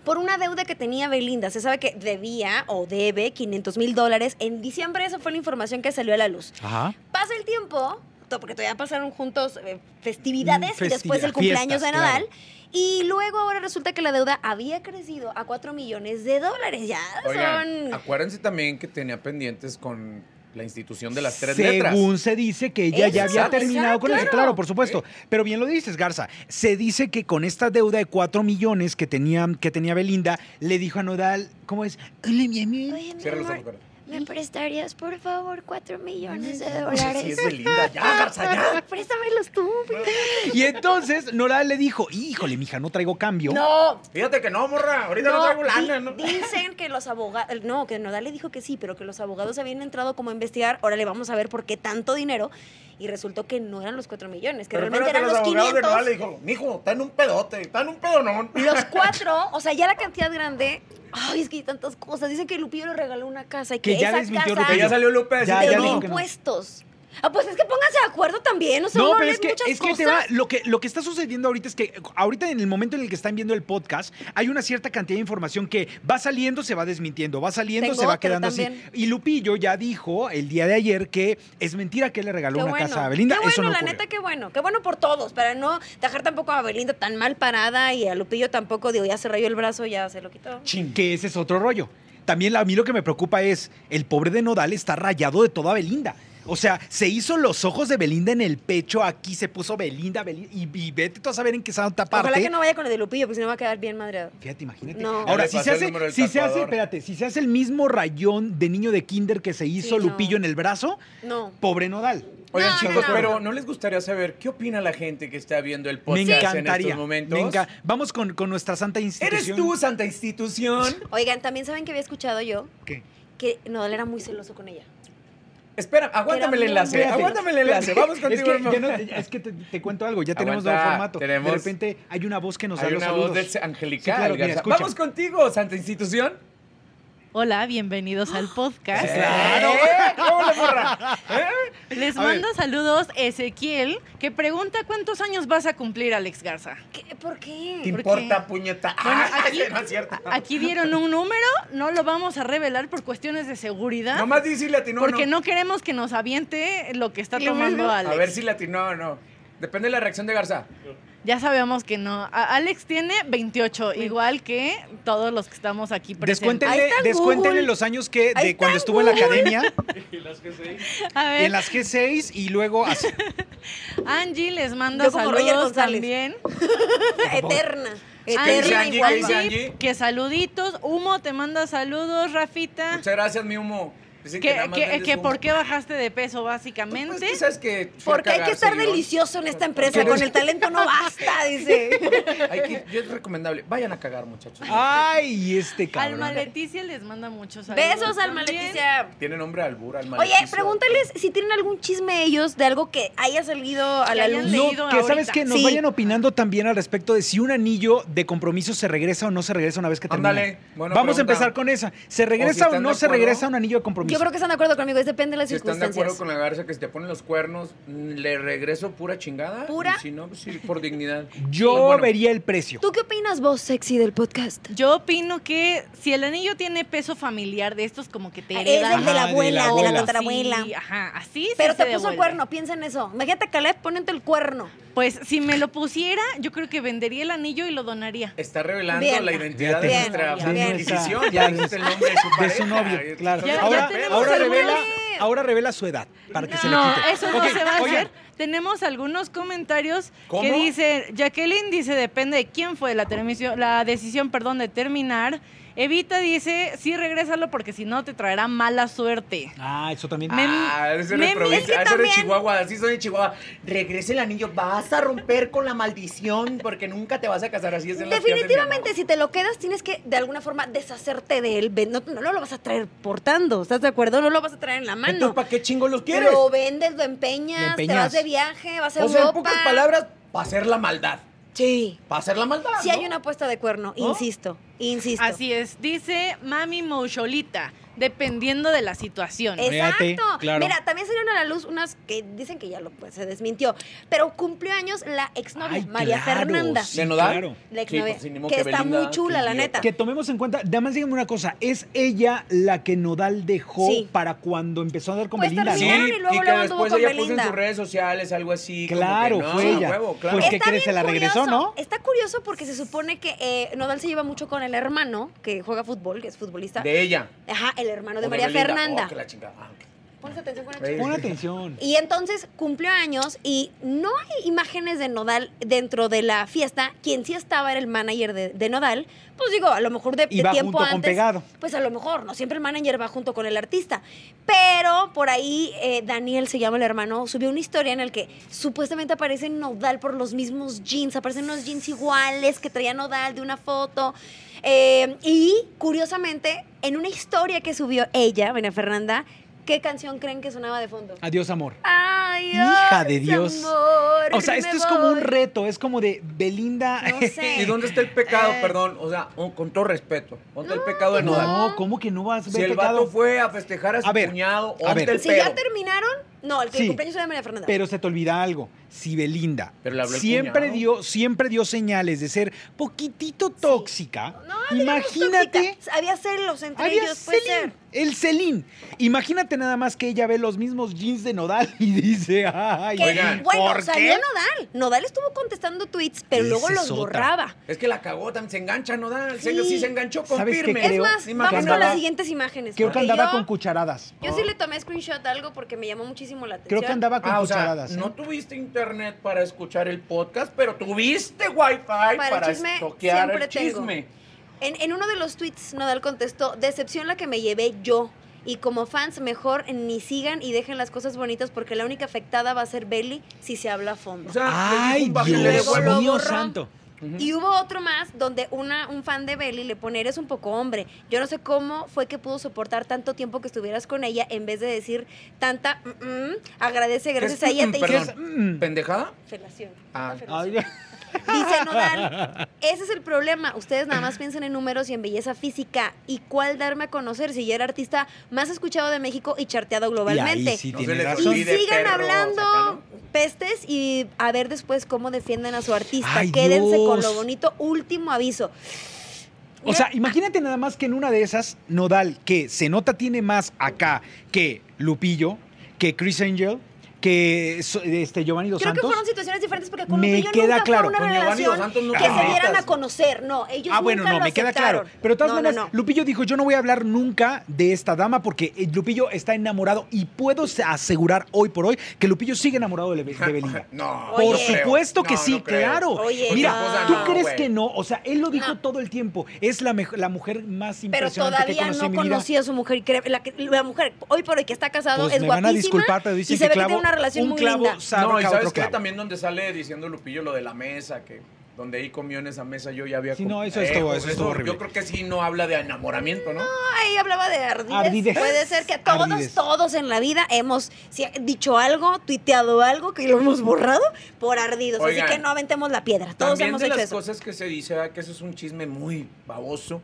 Speaker 3: por una deuda que tenía Belinda. Se sabe que debía o debe 500 mil dólares. En diciembre esa fue la información que salió a la luz.
Speaker 1: Ajá.
Speaker 3: Pasa el tiempo, to- porque todavía pasaron juntos eh, festividades
Speaker 1: Mm,
Speaker 3: y después
Speaker 1: festividad-
Speaker 3: el cumpleaños
Speaker 1: fiestas,
Speaker 3: de Nadal. Y luego ahora resulta que la deuda había crecido a 4 millones de dólares. Ya
Speaker 2: Oigan,
Speaker 3: son.
Speaker 2: acuérdense también que tenía pendientes con la institución de las tres letras.
Speaker 1: Según se dice que ella ya había
Speaker 3: Exacto,
Speaker 1: terminado con eso,
Speaker 3: claro.
Speaker 1: claro, por supuesto.
Speaker 2: Eh.
Speaker 1: Pero bien lo dices, Garza. Se dice que con esta deuda de 4 millones que tenía, que tenía Belinda, le dijo a Nodal, ¿cómo es? Hola, mi amigo.
Speaker 3: Oye, mi
Speaker 2: Cierra los
Speaker 3: amor,
Speaker 2: ojos,
Speaker 3: ¿me prestarías por favor 4 millones de
Speaker 2: No sé si
Speaker 3: dólares?
Speaker 2: es Belinda. Ya, Garza, ya.
Speaker 3: <laughs> Préstamelos tú.
Speaker 1: Y entonces Nodal le dijo, híjole, mija, no traigo cambio.
Speaker 3: No,
Speaker 2: Fíjate que no, morra. Ahorita no, traigo lana,
Speaker 3: di-
Speaker 2: ¿no?
Speaker 3: Dicen que los abogados, no, que Nodal le dijo que sí, pero que los abogados habían entrado como a investigar, ahora le vamos a ver por qué tanto dinero, y resultó que no eran los 4 millones, que
Speaker 2: Pero
Speaker 3: realmente
Speaker 2: espérate,
Speaker 3: eran los
Speaker 2: abogados de
Speaker 3: 500.
Speaker 2: Nodal le dijo, mijo, está en un pedote, está en un
Speaker 3: <laughs>
Speaker 2: pedonón.
Speaker 3: Los cuatro, o sea, ya la cantidad grande, ay, es que hay tantas cosas, dicen que Lupillo le regaló una casa y que,
Speaker 1: Que ya
Speaker 3: esa
Speaker 1: desmintió
Speaker 3: casa
Speaker 1: Lupillo.
Speaker 2: Que ya salió Lupe a decir
Speaker 1: Ya,
Speaker 2: que
Speaker 1: Ah, ya
Speaker 3: de
Speaker 1: dijo
Speaker 2: no.
Speaker 1: que no.
Speaker 3: impuestos. Ah, pues es que pónganse de acuerdo también, o sea,
Speaker 1: No,
Speaker 3: uno
Speaker 1: pero
Speaker 3: lee
Speaker 1: es que,
Speaker 3: muchas
Speaker 1: es que te va,
Speaker 3: cosas.
Speaker 1: lo que, lo que está sucediendo ahorita es que eh, ahorita en el momento en el que están viendo el podcast, hay una cierta cantidad de información que va saliendo, se va desmintiendo, va saliendo,
Speaker 3: Tengo
Speaker 1: se va
Speaker 3: otra
Speaker 1: quedando así.
Speaker 3: también.
Speaker 1: Y Lupillo ya dijo el día de ayer que es mentira que le regaló
Speaker 3: Qué
Speaker 1: una
Speaker 3: bueno.
Speaker 1: casa a Belinda.
Speaker 3: Qué bueno,
Speaker 1: Eso no
Speaker 3: la
Speaker 1: ocurrió.
Speaker 3: neta, qué bueno. Qué bueno por todos, para no dejar tampoco a Belinda tan mal parada y a Lupillo tampoco, digo, ya se rayó el brazo, ya se lo quitó.
Speaker 1: Chin. Que ese es otro rollo. También la- a mí lo que me preocupa es, el pobre de Nodal está rayado de toda Belinda. O sea, se hizo los ojos de Belinda en el pecho, aquí se puso Belinda, Belinda y, y vete tú a saber en qué santa parte.
Speaker 3: Ojalá que no vaya con el de Lupillo, porque si no va a quedar bien madreado.
Speaker 1: Fíjate, imagínate.
Speaker 3: No.
Speaker 1: Ahora,
Speaker 2: Le
Speaker 1: si
Speaker 2: pasé
Speaker 1: se
Speaker 2: el
Speaker 1: hace,
Speaker 2: número del
Speaker 1: si se hace,
Speaker 2: tatuador.
Speaker 1: espérate, si se hace el mismo rayón de niño de kinder que se hizo
Speaker 3: Sí, no.
Speaker 1: Lupillo en el brazo,
Speaker 3: No.
Speaker 1: pobre Nodal.
Speaker 2: Oigan,
Speaker 3: No,
Speaker 2: chicos,
Speaker 3: no, no.
Speaker 2: pero ¿no les gustaría saber qué opina la gente que está viendo el
Speaker 1: Me
Speaker 2: podcast en
Speaker 1: encantaría.
Speaker 2: estos momentos?
Speaker 1: me enca- Vamos con, con nuestra santa
Speaker 2: ¿Eres
Speaker 1: institución.
Speaker 2: tú, Santa Institución?
Speaker 3: Oigan, también saben que había escuchado yo
Speaker 1: ¿Qué?
Speaker 3: que Nodal era muy celoso con ella.
Speaker 2: Espera, aguántame el
Speaker 3: muy
Speaker 2: enlace.
Speaker 3: Espérate.
Speaker 2: Aguántame el enlace. Vamos
Speaker 1: Es
Speaker 2: contigo,
Speaker 1: que, ya no-
Speaker 2: hermano.
Speaker 1: es que te, te cuento algo, ya
Speaker 2: <laughs>
Speaker 1: tenemos
Speaker 2: Aguanta,
Speaker 1: nuevo formato.
Speaker 2: tenemos-
Speaker 1: De repente hay una voz que nos da
Speaker 2: Hay
Speaker 1: los
Speaker 2: una
Speaker 1: saludos.
Speaker 2: voz de angelical.
Speaker 1: Sí, claro, mira,
Speaker 2: Garza.
Speaker 1: escucha.
Speaker 2: Vamos contigo, Santa Institución.
Speaker 4: Hola, bienvenidos al podcast.
Speaker 2: ¡Claro! ¿Eh? ¿Cómo la morra?
Speaker 4: Les
Speaker 1: A
Speaker 4: mando saludos Ezequiel, que pregunta cuántos años vas a cumplir, Alex Garza.
Speaker 3: ¿Qué? ¿Por
Speaker 2: ¿Te
Speaker 3: qué?
Speaker 4: ¿Por
Speaker 2: importa,
Speaker 4: qué?
Speaker 2: puñeta?
Speaker 4: Bueno,
Speaker 2: Ah, <laughs>
Speaker 4: aquí,
Speaker 2: no es cierto.
Speaker 4: a- aquí dieron un número, no lo vamos a revelar por cuestiones de seguridad,
Speaker 2: Nomás di si le atinó o
Speaker 4: porque no. queremos que nos aviente lo que está
Speaker 2: Lo mismo.
Speaker 4: tomando Alex.
Speaker 2: A ver si le atinó o no. Depende de la reacción de Garza.
Speaker 4: Ya sabemos que no. A- Alex tiene 28, igual que todos los que estamos aquí presentes.
Speaker 3: Ahí
Speaker 1: Descuéntenle,
Speaker 3: está en
Speaker 1: descuéntenle
Speaker 3: Google.
Speaker 1: los años que
Speaker 3: Ahí
Speaker 1: de
Speaker 3: está
Speaker 1: cuando
Speaker 3: en
Speaker 1: estuvo en la
Speaker 3: Google.
Speaker 1: academia,
Speaker 4: A ver,
Speaker 1: en
Speaker 3: <laughs>
Speaker 1: las G6 y luego así.
Speaker 4: Angie les manda
Speaker 3: Yo como Roger
Speaker 4: saludos
Speaker 3: González.
Speaker 4: también.
Speaker 3: Eterna.
Speaker 4: Angie,
Speaker 2: dice
Speaker 3: Eterna
Speaker 2: Angie?
Speaker 4: Angie,
Speaker 3: igual.
Speaker 2: dice Angie?
Speaker 4: que saluditos. Humo te manda saludos, Rafita.
Speaker 2: Muchas gracias, mi humo. Dicen
Speaker 4: Que,
Speaker 2: nada más
Speaker 4: que,
Speaker 2: vendes
Speaker 4: que
Speaker 2: humo.
Speaker 4: por qué bajaste de peso,
Speaker 2: Pues,
Speaker 4: básicamente.
Speaker 2: que sabes que fui a
Speaker 3: Porque hay que
Speaker 2: cagar,
Speaker 3: estar
Speaker 2: seguidón.
Speaker 3: delicioso en esta empresa.
Speaker 2: Porque
Speaker 3: Con el talento no basta,
Speaker 1: <laughs>
Speaker 3: dice.
Speaker 2: Hay que- yo es recomendable. Vayan a cagar, muchachos.
Speaker 3: Ah.
Speaker 1: Ay, este cabrón.
Speaker 4: Alma
Speaker 2: ¿eh?
Speaker 4: Leticia les manda muchos saludos.
Speaker 3: Besos, Alma
Speaker 4: también.
Speaker 3: Leticia.
Speaker 2: Tiene nombre albur, al
Speaker 3: Oye,
Speaker 2: maleficio.
Speaker 3: pregúntales si tienen algún chisme ellos de algo que haya salido a
Speaker 4: Que
Speaker 3: la
Speaker 4: hayan
Speaker 3: luz.
Speaker 1: No, que
Speaker 4: leído
Speaker 1: sabes
Speaker 4: ahorita.
Speaker 1: que nos
Speaker 3: Sí.
Speaker 1: vayan opinando también al respecto de si un anillo de compromiso se regresa o no se regresa una vez que termina.
Speaker 2: Ándale, buena
Speaker 1: Vamos
Speaker 2: pregunta.
Speaker 1: a empezar con esa. ¿Se
Speaker 2: O si
Speaker 1: regresa o,
Speaker 2: están
Speaker 1: no
Speaker 2: de
Speaker 1: se
Speaker 2: acuerdo.
Speaker 1: regresa un anillo de compromiso?
Speaker 3: yo creo que están de acuerdo conmigo, es depende de las
Speaker 2: Si están de
Speaker 3: circunstancias.
Speaker 2: acuerdo con la garza que si te ponen los cuernos, mm, le regreso pura chingada.
Speaker 3: ¿Pura?
Speaker 2: Y si no, pues sí, por dignidad.
Speaker 1: <laughs> Yo
Speaker 2: Pues bueno,
Speaker 1: vería el precio.
Speaker 3: ¿Tú qué opinas vos, sexy, del podcast?
Speaker 4: Yo opino que si el anillo tiene peso familiar de estos, como que te
Speaker 3: Ah, es el
Speaker 4: heredan.
Speaker 3: de
Speaker 1: Ajá,
Speaker 3: la
Speaker 1: de la
Speaker 3: abuela, de la
Speaker 1: abuela.
Speaker 3: tatarabuela.
Speaker 4: Sí, ajá, así sí
Speaker 3: Pero
Speaker 4: se
Speaker 3: te puso el
Speaker 4: devuelve.
Speaker 3: cuerno, piensa en eso. Imagínate, Caleb, ponente el cuerno.
Speaker 4: Pues si me lo pusiera, yo creo que vendería el anillo y lo donaría.
Speaker 2: Está revelando
Speaker 3: Bien.
Speaker 2: la identidad
Speaker 1: Bien,
Speaker 2: de nuestra
Speaker 3: bien.
Speaker 2: adquisición. Ya dijiste el nombre de su
Speaker 1: De
Speaker 2: pareja.
Speaker 1: su novio, claro.
Speaker 4: Ya- ya
Speaker 1: ahora,
Speaker 4: tenemos
Speaker 1: ahora,
Speaker 4: alguna-
Speaker 1: revela, ahora revela su edad para que se le
Speaker 4: no,
Speaker 1: quite.
Speaker 4: eso no
Speaker 1: Ok,
Speaker 4: se va a
Speaker 1: oigan,
Speaker 4: hacer. Tenemos algunos comentarios
Speaker 2: ¿Cómo?
Speaker 4: que dicen, Jacqueline dice, depende de quién fue la, termicio- la decisión perdón, de terminar. Evita dice, sí, regrésalo porque si no te traerá mala suerte.
Speaker 1: Ah, eso también.
Speaker 4: Me-
Speaker 2: Ah, eres de
Speaker 4: Mem-
Speaker 2: la
Speaker 4: es
Speaker 2: provincia.
Speaker 3: que
Speaker 2: ah, eres
Speaker 3: también-
Speaker 2: de Chihuahua, así soy de Chihuahua.
Speaker 5: Regresa el anillo, vas a romper con la maldición porque nunca te vas a casar así. Es de las que hacen, mi amor.
Speaker 3: Definitivamente, si te lo quedas, tienes que de alguna forma deshacerte de él. Ven- No, no lo vas a traer portando, ¿estás de acuerdo? No lo vas a traer en la
Speaker 2: Entonces,
Speaker 3: mano.
Speaker 2: ¿para qué chingo los quieres?
Speaker 3: Lo vendes, lo empeñas,
Speaker 1: Lo
Speaker 3: te
Speaker 1: empeñas.
Speaker 3: vas de viaje, vas a
Speaker 5: O sea, en
Speaker 3: Europa.
Speaker 5: pocas palabras, para hacer la maldad.
Speaker 3: Sí.
Speaker 5: Para hacer la maldad.
Speaker 3: Sí
Speaker 5: ¿no?
Speaker 3: hay una apuesta de cuerno, insisto, insisto.
Speaker 4: Así es, dice Mami Moucholita, dependiendo de la situación.
Speaker 3: Exacto.
Speaker 1: Fíjate, claro.
Speaker 3: Mira, también salieron a la luz unas que dicen que ya lo pues, se desmintió, pero cumplió años la exnovia
Speaker 1: Ay,
Speaker 3: María
Speaker 1: claro,
Speaker 3: Fernanda.
Speaker 1: sí,
Speaker 2: ¿De Nodal?
Speaker 1: claro.
Speaker 3: La
Speaker 2: Sí,
Speaker 3: exnovia,
Speaker 2: pues, sí, ni modo
Speaker 3: que,
Speaker 2: que
Speaker 3: está
Speaker 2: Belinda,
Speaker 3: muy chula,
Speaker 2: qué
Speaker 3: la
Speaker 2: idiota.
Speaker 3: neta.
Speaker 1: Que tomemos en cuenta, nada más díganme una cosa, es ella la que Nodal dejó
Speaker 3: Sí.
Speaker 1: para cuando empezó a andar con
Speaker 3: Pues
Speaker 1: Belinda,
Speaker 2: Sí,
Speaker 1: ¿no?
Speaker 3: terminaron. y luego
Speaker 2: y que
Speaker 3: luego anduvo
Speaker 2: después
Speaker 3: con
Speaker 2: ella puso
Speaker 3: Belinda.
Speaker 2: en sus redes sociales algo así. como
Speaker 1: Claro,
Speaker 2: que no,
Speaker 1: fue ella.
Speaker 2: huevo, claro.
Speaker 1: Pues, ¿qué
Speaker 3: Está
Speaker 1: crees?
Speaker 3: bien
Speaker 1: Se la regresó,
Speaker 3: curioso,
Speaker 1: ¿no?
Speaker 3: Está curioso porque se supone que eh, Nodal se lleva mucho con el hermano que juega fútbol, que es futbolista.
Speaker 2: De ella.
Speaker 3: Ajá, el hermano
Speaker 2: o
Speaker 3: de María
Speaker 2: Belinda.
Speaker 3: Fernanda.
Speaker 2: Oh, que la chingada. Ah, ok. Pues,
Speaker 3: Pones atención con el
Speaker 2: Ey.
Speaker 3: chico.
Speaker 1: Pon atención.
Speaker 3: Y entonces cumplió años y no hay imágenes de Nodal dentro de la fiesta. Quien sí estaba era el manager de, de Nodal. Pues digo, a lo mejor de, de
Speaker 1: Y va
Speaker 3: tiempo
Speaker 1: junto con
Speaker 3: antes.
Speaker 1: pegado.
Speaker 3: Pues a lo mejor, no siempre el manager va junto con el artista. Pero por ahí eh, Daniel, se llama el hermano, subió una historia en la que supuestamente aparece Nodal por los mismos jeans. Aparecen unos jeans iguales que traía Nodal de una foto. Eh, y curiosamente, en una historia que subió ella, María Fernanda, ¿qué canción creen que sonaba de fondo?
Speaker 1: Adiós, amor.
Speaker 3: Ay,
Speaker 1: Hija
Speaker 3: ay,
Speaker 1: de Dios.
Speaker 3: amor,
Speaker 1: O sea,
Speaker 3: me
Speaker 1: esto es como un
Speaker 3: voy.
Speaker 1: reto, es como de Belinda. <laughs>
Speaker 3: No sé.
Speaker 2: ¿Y dónde está el pecado?
Speaker 3: Eh.
Speaker 2: Perdón, o sea, oh, con todo respeto. ¿Dónde está el pecado de Nodal?
Speaker 1: No, ¿cómo que no vas a
Speaker 2: Si
Speaker 1: ver
Speaker 2: el
Speaker 1: pecado?
Speaker 2: vato fue a festejar a su
Speaker 1: A ver,
Speaker 2: cuñado,
Speaker 1: a
Speaker 2: ¿dónde
Speaker 1: ver.
Speaker 2: está el
Speaker 3: Si
Speaker 2: pedo?
Speaker 3: ya terminaron, no, el que
Speaker 1: Sí.
Speaker 3: cumpleaños era de María Fernanda.
Speaker 1: Pero se te olvida algo. Si Belinda
Speaker 2: Pero le habló el
Speaker 1: siempre
Speaker 2: cuñado.
Speaker 1: dio, siempre dio señales de ser poquitito tóxica.
Speaker 3: no, digamos
Speaker 1: Imagínate.
Speaker 3: tóxica. Había celos entre
Speaker 1: Había
Speaker 3: ellos, puede
Speaker 1: Celine,
Speaker 3: ser.
Speaker 1: el Celín. Imagínate nada más que ella ve los mismos jeans de Nodal y dice, ay,
Speaker 3: Que,
Speaker 2: Oigan,
Speaker 3: bueno,
Speaker 1: ¿por
Speaker 3: salió
Speaker 1: qué?
Speaker 3: Nodal. Nodal estuvo contestando tweets, pero
Speaker 1: Esa
Speaker 3: luego
Speaker 1: es
Speaker 3: los
Speaker 1: otra.
Speaker 3: borraba.
Speaker 2: Es que la cagó, también se engancha, Nodal.
Speaker 3: Sí.
Speaker 2: Sí, sí se enganchó con
Speaker 1: ¿Sabes qué
Speaker 2: firme.
Speaker 1: creo?
Speaker 3: es más,
Speaker 1: Imagínate.
Speaker 3: vamos con las
Speaker 1: Andaba-
Speaker 3: siguientes imágenes.
Speaker 1: Creo que
Speaker 3: porque
Speaker 1: andaba
Speaker 3: yo,
Speaker 1: con cucharadas.
Speaker 3: Yo sí le tomé screenshot a algo porque me llamó muchísimo la atención.
Speaker 1: Creo que andaba con
Speaker 2: Ah, o sea,
Speaker 1: cucharadas. ¿eh?
Speaker 2: no tuviste internet para escuchar el podcast, pero tuviste wifi para,
Speaker 3: el chisme
Speaker 2: estoquear el
Speaker 3: siempre tengo.
Speaker 2: chisme.
Speaker 3: En, en uno de los tweets, Nodal contestó, decepción la que me llevé yo. Y como fans, mejor ni sigan y dejen las cosas bonitas porque la única afectada va a ser Belly si se habla a fondo.
Speaker 2: O sea, le
Speaker 1: Ay,
Speaker 2: dijo, "Bájale de
Speaker 1: Dios
Speaker 3: huevo".
Speaker 2: huevos".
Speaker 3: Lo
Speaker 1: mío
Speaker 3: borró.
Speaker 1: santo.
Speaker 3: Y hubo otro más donde una, un fan de Belly le pone, eres un poco hombre. Yo no sé cómo fue que pudo soportar tanto tiempo que estuvieras con ella en vez de decir tanta, mm, mm, agradece,
Speaker 2: ¿Qué es-
Speaker 3: gracias a ella te
Speaker 2: perdón,
Speaker 3: hice
Speaker 1: Mm.
Speaker 2: ¿Pendejada?
Speaker 3: felación.
Speaker 2: Ah.
Speaker 3: Tanta felación.
Speaker 1: Ay,
Speaker 3: Dice
Speaker 1: <laughs>
Speaker 3: Nodal, ese es el problema. Ustedes nada más piensan en números y en belleza física. ¿Y cuál darme a conocer si yo era artista más escuchado de México y charteado globalmente?
Speaker 1: Y ahí sí
Speaker 2: No
Speaker 1: tiene
Speaker 2: se le
Speaker 1: razón.
Speaker 3: Y
Speaker 2: olvide.
Speaker 3: sigan
Speaker 2: perro,
Speaker 3: hablando
Speaker 2: saca,
Speaker 3: pestes y a ver después cómo defienden a su artista.
Speaker 1: Ay,
Speaker 3: Quédense con lo
Speaker 1: Dios.
Speaker 3: bonito. Último aviso.
Speaker 1: O sea, imagínate nada más que en una de esas, Nodal, que se nota tiene más acá que Lupillo, que Chris Angel, que so- este, Giovanni Dos
Speaker 3: Creo que
Speaker 1: Santos.
Speaker 3: fueron situaciones diferentes porque con
Speaker 1: Me
Speaker 3: Lupillo
Speaker 1: queda
Speaker 3: nunca
Speaker 1: claro,
Speaker 3: fue
Speaker 2: con
Speaker 3: una
Speaker 2: Giovanni
Speaker 3: relación
Speaker 2: Dos Santos nunca
Speaker 3: que se
Speaker 2: hablaste.
Speaker 3: dieran a conocer. No, ellos
Speaker 1: Ah, bueno,
Speaker 3: nunca
Speaker 1: no,
Speaker 3: lo
Speaker 1: me queda
Speaker 3: aceptaron.
Speaker 1: claro. Pero de todas
Speaker 3: No, no,
Speaker 1: maneras,
Speaker 3: no.
Speaker 1: Lupillo dijo, yo no voy a hablar nunca de esta dama porque eh, Lupillo está enamorado y puedo asegurar hoy por hoy que Lupillo sigue enamorado de, Be- de Belinda.
Speaker 2: <laughs> No.
Speaker 3: Oye.
Speaker 1: Por
Speaker 2: no creo.
Speaker 1: supuesto que
Speaker 2: No,
Speaker 1: sí,
Speaker 2: no creo.
Speaker 1: claro.
Speaker 3: Oye,
Speaker 1: Mira,
Speaker 3: no.
Speaker 1: ¿tú
Speaker 3: No,
Speaker 1: crees
Speaker 2: güey.
Speaker 1: que no? O sea, él lo dijo
Speaker 3: No.
Speaker 1: todo el tiempo. Es la, mej- la mujer más
Speaker 3: Pero
Speaker 1: impresionante que he
Speaker 3: todavía
Speaker 1: conocido
Speaker 3: no
Speaker 1: en mi vida.
Speaker 3: conocía a su mujer. y cree- La, que- la mujer, hoy por hoy que está casado,
Speaker 1: Pues
Speaker 3: es
Speaker 1: me van
Speaker 3: guapísima.
Speaker 1: a disculpar, pero dicen
Speaker 3: y se
Speaker 1: que
Speaker 3: ve que
Speaker 1: clavo,
Speaker 3: tiene una relación
Speaker 1: un
Speaker 3: muy
Speaker 1: clavo
Speaker 3: linda.
Speaker 1: sabe
Speaker 2: no, y
Speaker 1: que a
Speaker 2: sabes
Speaker 1: otro
Speaker 2: qué,
Speaker 1: clavo.
Speaker 2: también donde sale diciendo Lupillo lo de la mesa, que donde ahí comió en esa mesa yo ya había
Speaker 1: Sí,
Speaker 2: comido.
Speaker 1: no, eso estuvo- eso estuvo horrible.
Speaker 2: Yo creo que sí no habla de enamoramiento, ¿no?
Speaker 3: Ahí hablaba de ardides.
Speaker 1: Ardides.
Speaker 3: Puede ser que todos,
Speaker 1: Ardides.
Speaker 3: todos en la vida hemos si- dicho algo, tuiteado algo, que lo hemos borrado por ardidos.
Speaker 2: Oigan,
Speaker 3: Así que no aventemos la piedra. Todos
Speaker 2: También
Speaker 3: hemos
Speaker 2: de
Speaker 3: hecho
Speaker 2: las
Speaker 3: eso.
Speaker 2: cosas que se dice, ¿verdad? que eso es un chisme muy baboso.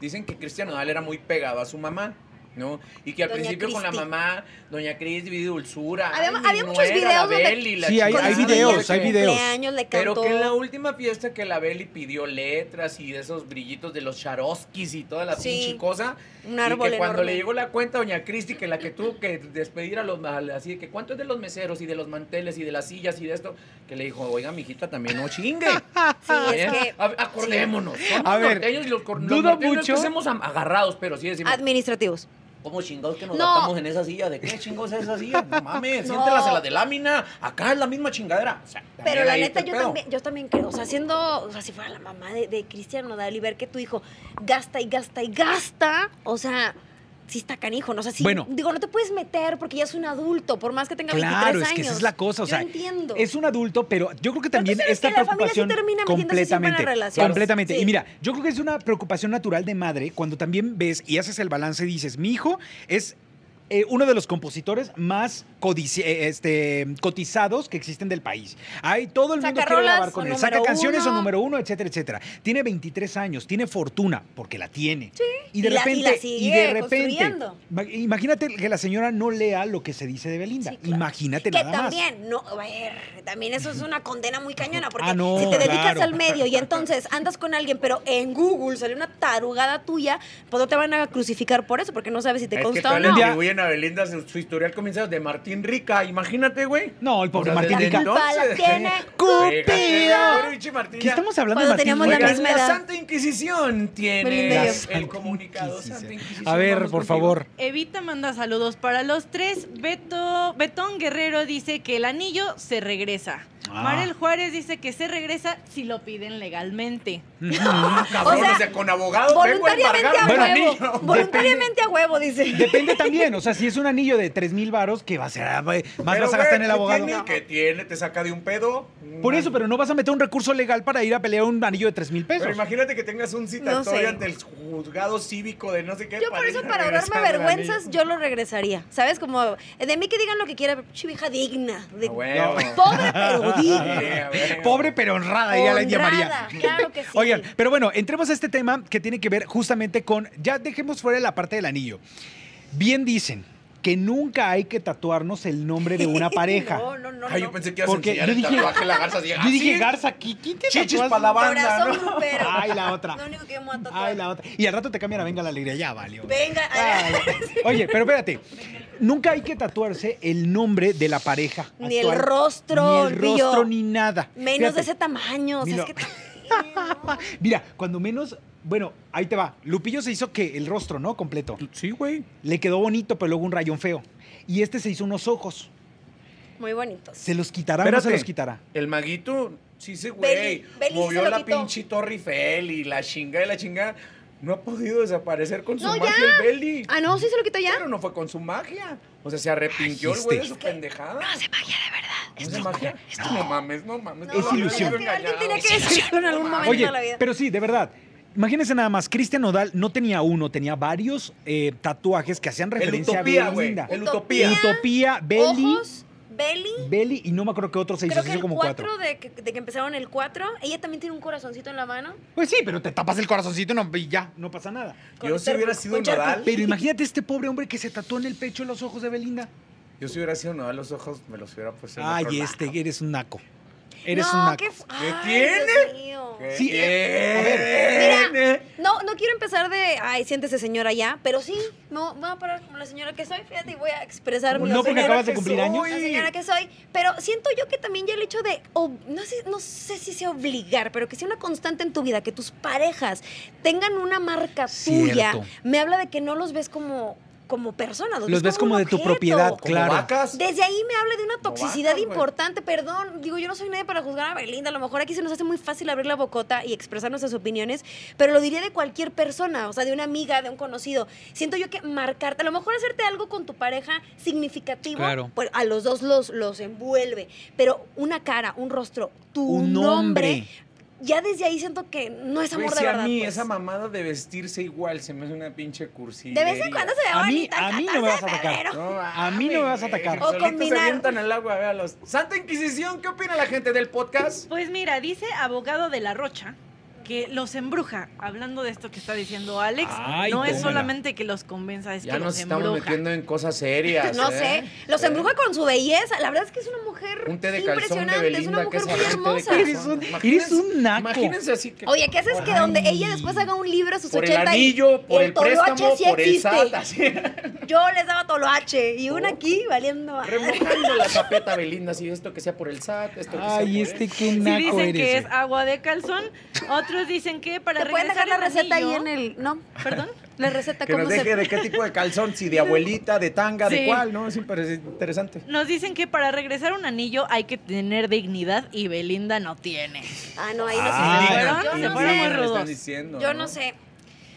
Speaker 2: Dicen que Cristian Nodal era muy pegado a su mamá. ¿no? Y que al
Speaker 3: Doña
Speaker 2: principio con la
Speaker 3: Cristi.
Speaker 2: mamá, Doña Cris vive dulzura.
Speaker 3: Había-
Speaker 2: mi
Speaker 3: había muchos
Speaker 2: nuera,
Speaker 3: videos
Speaker 2: la
Speaker 3: donde-
Speaker 2: Beli, la
Speaker 1: Sí, hay-
Speaker 2: chingada,
Speaker 1: hay
Speaker 2: no sé
Speaker 1: videos,
Speaker 2: qué.
Speaker 1: hay videos.
Speaker 3: Cumpleaños le
Speaker 2: Pero
Speaker 3: cantó.
Speaker 2: que en la última fiesta que la Beli pidió letras y de esos brillitos de los charoskis y toda la
Speaker 3: Sí.
Speaker 2: pinche cosa.
Speaker 3: Un
Speaker 2: y
Speaker 3: árbol
Speaker 2: que cuando
Speaker 3: enorme.
Speaker 2: le llegó la cuenta a Doña Cristi, que la que tuvo que despedir a los. a- así de que cuánto es de los meseros y de los manteles y de las sillas y de esto, que le dijo, oiga, mijita, también no chingue.
Speaker 3: <laughs> Sí, es
Speaker 2: ¿Eh?
Speaker 3: que
Speaker 2: A- acordémonos. Somos
Speaker 1: A ver,
Speaker 2: norteños y los, cor- los
Speaker 1: dudo
Speaker 2: norteños
Speaker 1: mucho-
Speaker 2: que hacemos am- agarrados, pero sí
Speaker 3: Ah,
Speaker 2: decimos,
Speaker 3: administrativos.
Speaker 2: ¿cómo chingados que nos
Speaker 3: No.
Speaker 2: adaptamos en esa silla? ¿De qué chingados es esa silla? No mames,
Speaker 3: No.
Speaker 2: siéntelas en la de lámina. Acá es la misma chingadera. O sea, también
Speaker 3: Pero la
Speaker 2: ahí está
Speaker 3: neta,
Speaker 2: el
Speaker 3: yo
Speaker 2: pedo.
Speaker 3: también, yo también creo, o sea, siendo, o sea, si fuera la mamá de, de Cristiano Nodal y ver que tu hijo gasta y gasta y gasta, o sea, sí está canijo, ¿no? O sea, sí,
Speaker 1: Bueno.
Speaker 3: digo, no te puedes meter porque ya es un adulto, por más que tenga 23
Speaker 1: Claro,
Speaker 3: años.
Speaker 1: es que esa es la cosa, o sea,
Speaker 3: yo entiendo.
Speaker 1: es un adulto, pero yo creo que también
Speaker 3: sabes
Speaker 1: esta
Speaker 3: que la familia sí
Speaker 1: preocupación
Speaker 3: termina metiéndose siempre en la
Speaker 1: completamente,
Speaker 3: relación.
Speaker 1: completamente.
Speaker 3: Sí.
Speaker 1: Y mira, yo creo que es una preocupación natural de madre cuando también ves y haces el balance y dices, mi hijo es eh, uno de los compositores más codici- eh, este, cotizados que existen del país. Hay todo el mundo
Speaker 3: Saca
Speaker 1: quiere
Speaker 3: rolas,
Speaker 1: grabar con
Speaker 3: o
Speaker 1: él,
Speaker 3: número
Speaker 1: saca canciones o
Speaker 3: uno.
Speaker 1: número uno, etcétera, etcétera. Tiene 23 años, tiene fortuna porque la tiene. Y de
Speaker 3: Y la- y la
Speaker 1: repente, y, de
Speaker 3: sigue
Speaker 1: repente,
Speaker 3: construyendo.
Speaker 1: ma- imagínate que la señora no lea lo que se dice de Belinda.
Speaker 3: Sí, claro.
Speaker 1: Imagínate
Speaker 3: que
Speaker 1: nada más.
Speaker 3: también, no, a ver, también eso es una condena muy cañona, porque
Speaker 1: Ah, no,
Speaker 3: si te dedicas
Speaker 1: claro.
Speaker 3: al medio y entonces andas con alguien, pero en Google sale una tarugada tuya, pues no te van a crucificar por eso, porque no sabes si te
Speaker 2: Es que
Speaker 3: consta o
Speaker 2: todavía
Speaker 1: Un
Speaker 3: no.
Speaker 2: le
Speaker 1: día-
Speaker 2: atribuyen a Belinda su, su historial comienza de Martín Rica. Imagínate, güey.
Speaker 1: No, el pobre Martín
Speaker 2: desde
Speaker 1: Rica.
Speaker 3: La culpa la
Speaker 2: entonces- <laughs>
Speaker 3: tiene
Speaker 1: Cupido.
Speaker 2: Pobre pinche Martín,
Speaker 1: ¿Qué
Speaker 2: ya.
Speaker 1: estamos hablando
Speaker 3: Cuando
Speaker 1: de Martín
Speaker 3: teníamos la
Speaker 1: Rica?
Speaker 2: Oigan,
Speaker 3: misma edad.
Speaker 2: Santa Inquisición tiene
Speaker 4: Belinda y yo.
Speaker 2: las- el comunicado.
Speaker 1: Inquisición.
Speaker 2: Santa Inquisición,
Speaker 1: A ver,
Speaker 2: vamos
Speaker 1: por
Speaker 2: contigo.
Speaker 1: favor.
Speaker 4: Evita manda saludos para los tres. Beto, Betón Guerrero dice que el anillo se regresa.
Speaker 1: Ah.
Speaker 4: Marel Juárez dice que se regresa si lo piden legalmente.
Speaker 2: Ah, <laughs> cabrón,
Speaker 3: O sea,
Speaker 2: o sea, con abogado vengo a
Speaker 3: Voluntariamente a
Speaker 2: embargar un
Speaker 3: huevo.
Speaker 2: anillo.
Speaker 3: Voluntariamente a huevo, dice.
Speaker 1: <laughs> Depende también, o sea, si es un anillo de 3 mil varos, que va a ser, ah, güey, más
Speaker 2: Pero,
Speaker 1: vas a gastar en
Speaker 2: güey,
Speaker 1: el
Speaker 2: ¿qué
Speaker 1: abogado.
Speaker 2: tiene? ¿Qué tiene? ¿Te saca de un pedo?
Speaker 1: Por eso, pero no vas a meter un recurso legal para ir a pelear un anillo de 3 mil pesos.
Speaker 2: Pero imagínate que tengas un citatorio
Speaker 3: No sé.
Speaker 2: ante el juzgado cívico de no sé qué.
Speaker 3: Yo por eso,
Speaker 2: ir a
Speaker 3: para ahorrarme
Speaker 2: regresar el
Speaker 3: vergüenzas,
Speaker 2: anillo.
Speaker 3: yo lo regresaría. ¿Sabes? Como, de mí que digan lo que quieran, pero pinche vieja digna. de-
Speaker 1: Ah,
Speaker 2: A huevo.
Speaker 1: <laughs>
Speaker 3: Pobre,
Speaker 2: <laughs>
Speaker 3: pero
Speaker 2: Sí,
Speaker 3: digna.
Speaker 2: a huevo.
Speaker 1: Pobre pero honrada, ya la llamaría.
Speaker 3: Honrada, claro que sí.
Speaker 1: Oigan, pero bueno, entremos a este tema que tiene que ver justamente con, ya dejemos fuera la parte del anillo. Bien dicen que nunca hay que tatuarnos el nombre de
Speaker 3: <laughs>
Speaker 1: una pareja.
Speaker 3: No, no, no.
Speaker 2: Ay, Ah, yo
Speaker 3: no.
Speaker 2: pensé que ibas a
Speaker 1: Porque
Speaker 2: enseñar
Speaker 1: yo
Speaker 2: el
Speaker 1: dije-
Speaker 2: tatuaje, la garza. así,
Speaker 1: Yo
Speaker 2: ¿ah,
Speaker 1: dije,
Speaker 2: sí?
Speaker 1: Garza, ¿qué, qué te
Speaker 2: Chichis
Speaker 1: tatuas?
Speaker 2: pa' la banda,
Speaker 3: Corazón
Speaker 2: ¿no?
Speaker 3: grupero.
Speaker 1: Ay, la otra.
Speaker 3: Lo único que yo me voy a tatuar.
Speaker 1: Ay, la otra. Y al rato te cambian a Venga la Alegría. Ya valió.
Speaker 3: Venga,
Speaker 1: Ay.
Speaker 3: <laughs>
Speaker 1: Oye, pero espérate. Nunca hay que tatuarse el nombre de la pareja.
Speaker 3: Ni el
Speaker 1: actual.
Speaker 3: rostro,
Speaker 1: Ni el
Speaker 3: Río.
Speaker 1: rostro, ni nada.
Speaker 3: menos
Speaker 1: Fíjate.
Speaker 3: de ese tamaño. O sea,
Speaker 1: Mira.
Speaker 3: es que
Speaker 1: Mira, cuando menos. Bueno, ahí te va. Lupillo se hizo que el rostro, ¿no? Completo.
Speaker 2: Sí, güey.
Speaker 1: Le quedó bonito, pero luego un rayón feo. Y este se hizo unos ojos.
Speaker 3: muy bonitos.
Speaker 1: ¿Se los quitará o no
Speaker 2: Espérate.
Speaker 1: se los quitará?
Speaker 2: El maguito, sí, se güey.
Speaker 3: Beli- Beli sí
Speaker 2: Movió
Speaker 3: se lo
Speaker 2: la
Speaker 3: quitó.
Speaker 2: pinche Torre Eiffel y la chinga y la chinga. No ha podido desaparecer con su
Speaker 3: No,
Speaker 2: magia
Speaker 3: ya.
Speaker 2: el Beli.
Speaker 3: Ah, no, sí se lo quitó ya.
Speaker 2: Pero no fue con su magia. O sea, se arrepintió el güey de su pendejada. No hace magia de verdad. No hace magia. No mames, no mames.
Speaker 3: No,
Speaker 1: Es
Speaker 2: no,
Speaker 1: ilusión.
Speaker 2: yo me he
Speaker 3: Alguien tenía que
Speaker 2: engañado.
Speaker 3: decirlo en algún momento
Speaker 1: Oye,
Speaker 3: de la vida.
Speaker 1: pero sí, de verdad. Imagínense nada más, Cristian Nodal no tenía uno, tenía varios eh, tatuajes que hacían
Speaker 2: El
Speaker 1: referencia
Speaker 2: utopía,
Speaker 1: a
Speaker 2: güey.
Speaker 1: Belinda.
Speaker 2: El
Speaker 3: Utopía.
Speaker 2: utopía.
Speaker 1: Utopía, Belly,
Speaker 3: Ojos, Belly.
Speaker 1: Belly y no me acuerdo qué otro se hizo,
Speaker 3: Creo
Speaker 1: se
Speaker 3: que
Speaker 1: hizo
Speaker 3: el
Speaker 1: como
Speaker 3: 4
Speaker 1: cuatro.
Speaker 3: de, que- de que empezaron el 4, ella también tiene un corazoncito en la mano.
Speaker 1: Pues sí, pero te tapas el corazoncito y, no- y ya, no pasa nada.
Speaker 3: con
Speaker 2: Yo
Speaker 3: un
Speaker 2: si hubiera
Speaker 3: charco-
Speaker 2: sido
Speaker 3: un charco.
Speaker 2: Nodal,
Speaker 1: Pero imagínate este pobre hombre que se tatuó en el pecho los ojos de Belinda.
Speaker 2: Yo si hubiera sido no a los ojos, me los hubiera puesto. en otro
Speaker 1: Ay,
Speaker 2: lado.
Speaker 1: este, eres un naco. Eres
Speaker 3: no,
Speaker 1: un naco.
Speaker 3: ¿qué, fu-
Speaker 2: ¿Qué
Speaker 3: Ay,
Speaker 2: tiene?
Speaker 3: Dios mío.
Speaker 2: ¿Qué
Speaker 1: Sí, eh, a
Speaker 2: tiene?
Speaker 3: Mira, no, no quiero empezar de, ay, siéntese señora ya, pero sí, me voy voy a parar como la señora que soy, fíjate, y voy a expresar mi
Speaker 1: No, porque
Speaker 3: opinión.
Speaker 1: acabas de cumplir
Speaker 2: soy.
Speaker 1: años.
Speaker 3: la señora que soy, pero siento yo que también ya el hecho de, ob- no, sé, no sé si sea obligar, pero que sea una constante en tu vida, que tus parejas tengan una marca tuya,
Speaker 1: Cierto.
Speaker 3: me habla de que no los ves como, como personas, los,
Speaker 1: Los ves como
Speaker 3: un
Speaker 1: de tu
Speaker 3: objeto.
Speaker 1: propiedad,
Speaker 2: Como
Speaker 1: Claro.
Speaker 2: vacas.
Speaker 3: Desde ahí me habla de una
Speaker 2: Como
Speaker 3: toxicidad
Speaker 2: vacas, güey.
Speaker 3: importante, perdón, digo, yo no soy nadie para juzgar a Belinda, a lo mejor aquí se nos hace muy fácil abrir la bocota y expresar nuestras opiniones, pero lo diría de cualquier persona, o sea, de una amiga, de un conocido. Siento yo que marcarte, a lo mejor hacerte algo con tu pareja significativo,
Speaker 1: Claro.
Speaker 3: pues a los dos los, los envuelve, pero una cara, un rostro, tu
Speaker 1: Un
Speaker 3: nombre,
Speaker 1: hombre.
Speaker 3: ya desde ahí siento que no es amor
Speaker 2: Güey,
Speaker 3: de
Speaker 2: si
Speaker 3: verdad.
Speaker 2: a mí
Speaker 3: pues.
Speaker 2: esa mamada de vestirse igual se me hace una pinche cursilla.
Speaker 3: de vez en cuando se ve
Speaker 1: A mí,
Speaker 3: bonita el
Speaker 1: a mí no me vas a
Speaker 3: 14 de
Speaker 1: atacar.
Speaker 3: febrero.
Speaker 1: A mí no me vas a atacar.
Speaker 3: O combinar.
Speaker 2: se avientan al agua, véalos. Santa Inquisición, ¿qué opina la gente del podcast?
Speaker 4: Pues mira, dice abogado de la Rocha que los embruja. Hablando de esto que está diciendo Alex,
Speaker 1: Ay,
Speaker 4: no es
Speaker 1: tómala.
Speaker 4: solamente que los convenza, es
Speaker 2: Ya
Speaker 4: que
Speaker 2: nos
Speaker 4: los
Speaker 2: estamos
Speaker 4: embruja.
Speaker 2: metiendo en cosas serias.
Speaker 3: No
Speaker 2: ¿eh?
Speaker 3: sé, los
Speaker 2: Eh,
Speaker 3: embruja con su belleza. La verdad es que es una mujer
Speaker 2: Un té de calzón de
Speaker 3: impresionante, es una
Speaker 2: Belinda. que
Speaker 3: mujer muy hermosa.
Speaker 1: Eres un- eres un naco.
Speaker 2: Imagínense así que...
Speaker 3: Oye, ¿qué haces que
Speaker 2: Ay.
Speaker 3: donde ella después haga un libro a sus
Speaker 2: Por el
Speaker 3: 80 y-
Speaker 2: anillo, por el,
Speaker 3: toloache
Speaker 2: préstamo,
Speaker 3: sí
Speaker 2: por el
Speaker 3: existe?
Speaker 2: SAT. así. <laughs>
Speaker 3: Yo les daba toloache y
Speaker 2: Oh.
Speaker 3: una aquí valiendo. madre.
Speaker 2: Remojando
Speaker 5: la tapeta, Belinda, así esto que sea por el SAT, esto que
Speaker 1: Ay,
Speaker 5: sea por
Speaker 1: este qué
Speaker 4: Sí
Speaker 1: naco
Speaker 4: dicen
Speaker 1: eres.
Speaker 4: que
Speaker 1: eh.
Speaker 4: es agua de calzón, otros dicen que para
Speaker 3: Te pueden dejar
Speaker 4: regresar
Speaker 3: la
Speaker 4: el
Speaker 3: receta ahí
Speaker 4: anillo-
Speaker 3: en el. No,
Speaker 4: ¿Perdón?
Speaker 3: la receta,
Speaker 2: Que
Speaker 3: ¿cómo
Speaker 2: nos
Speaker 3: se.?
Speaker 2: deje de qué tipo de calzón, si de abuelita, de tanga,
Speaker 4: Sí.
Speaker 2: de cuál, ¿no? Es impre- interesante.
Speaker 4: Nos dicen que para regresar un anillo hay que tener dignidad y Belinda no tiene.
Speaker 3: Ah, no, ahí no
Speaker 4: Ah,
Speaker 3: se
Speaker 4: fueron,
Speaker 3: Yo
Speaker 4: se
Speaker 3: no
Speaker 4: fueron
Speaker 3: sé.
Speaker 4: muy
Speaker 2: le
Speaker 4: rudos.
Speaker 2: están diciendo,
Speaker 3: Yo no sé.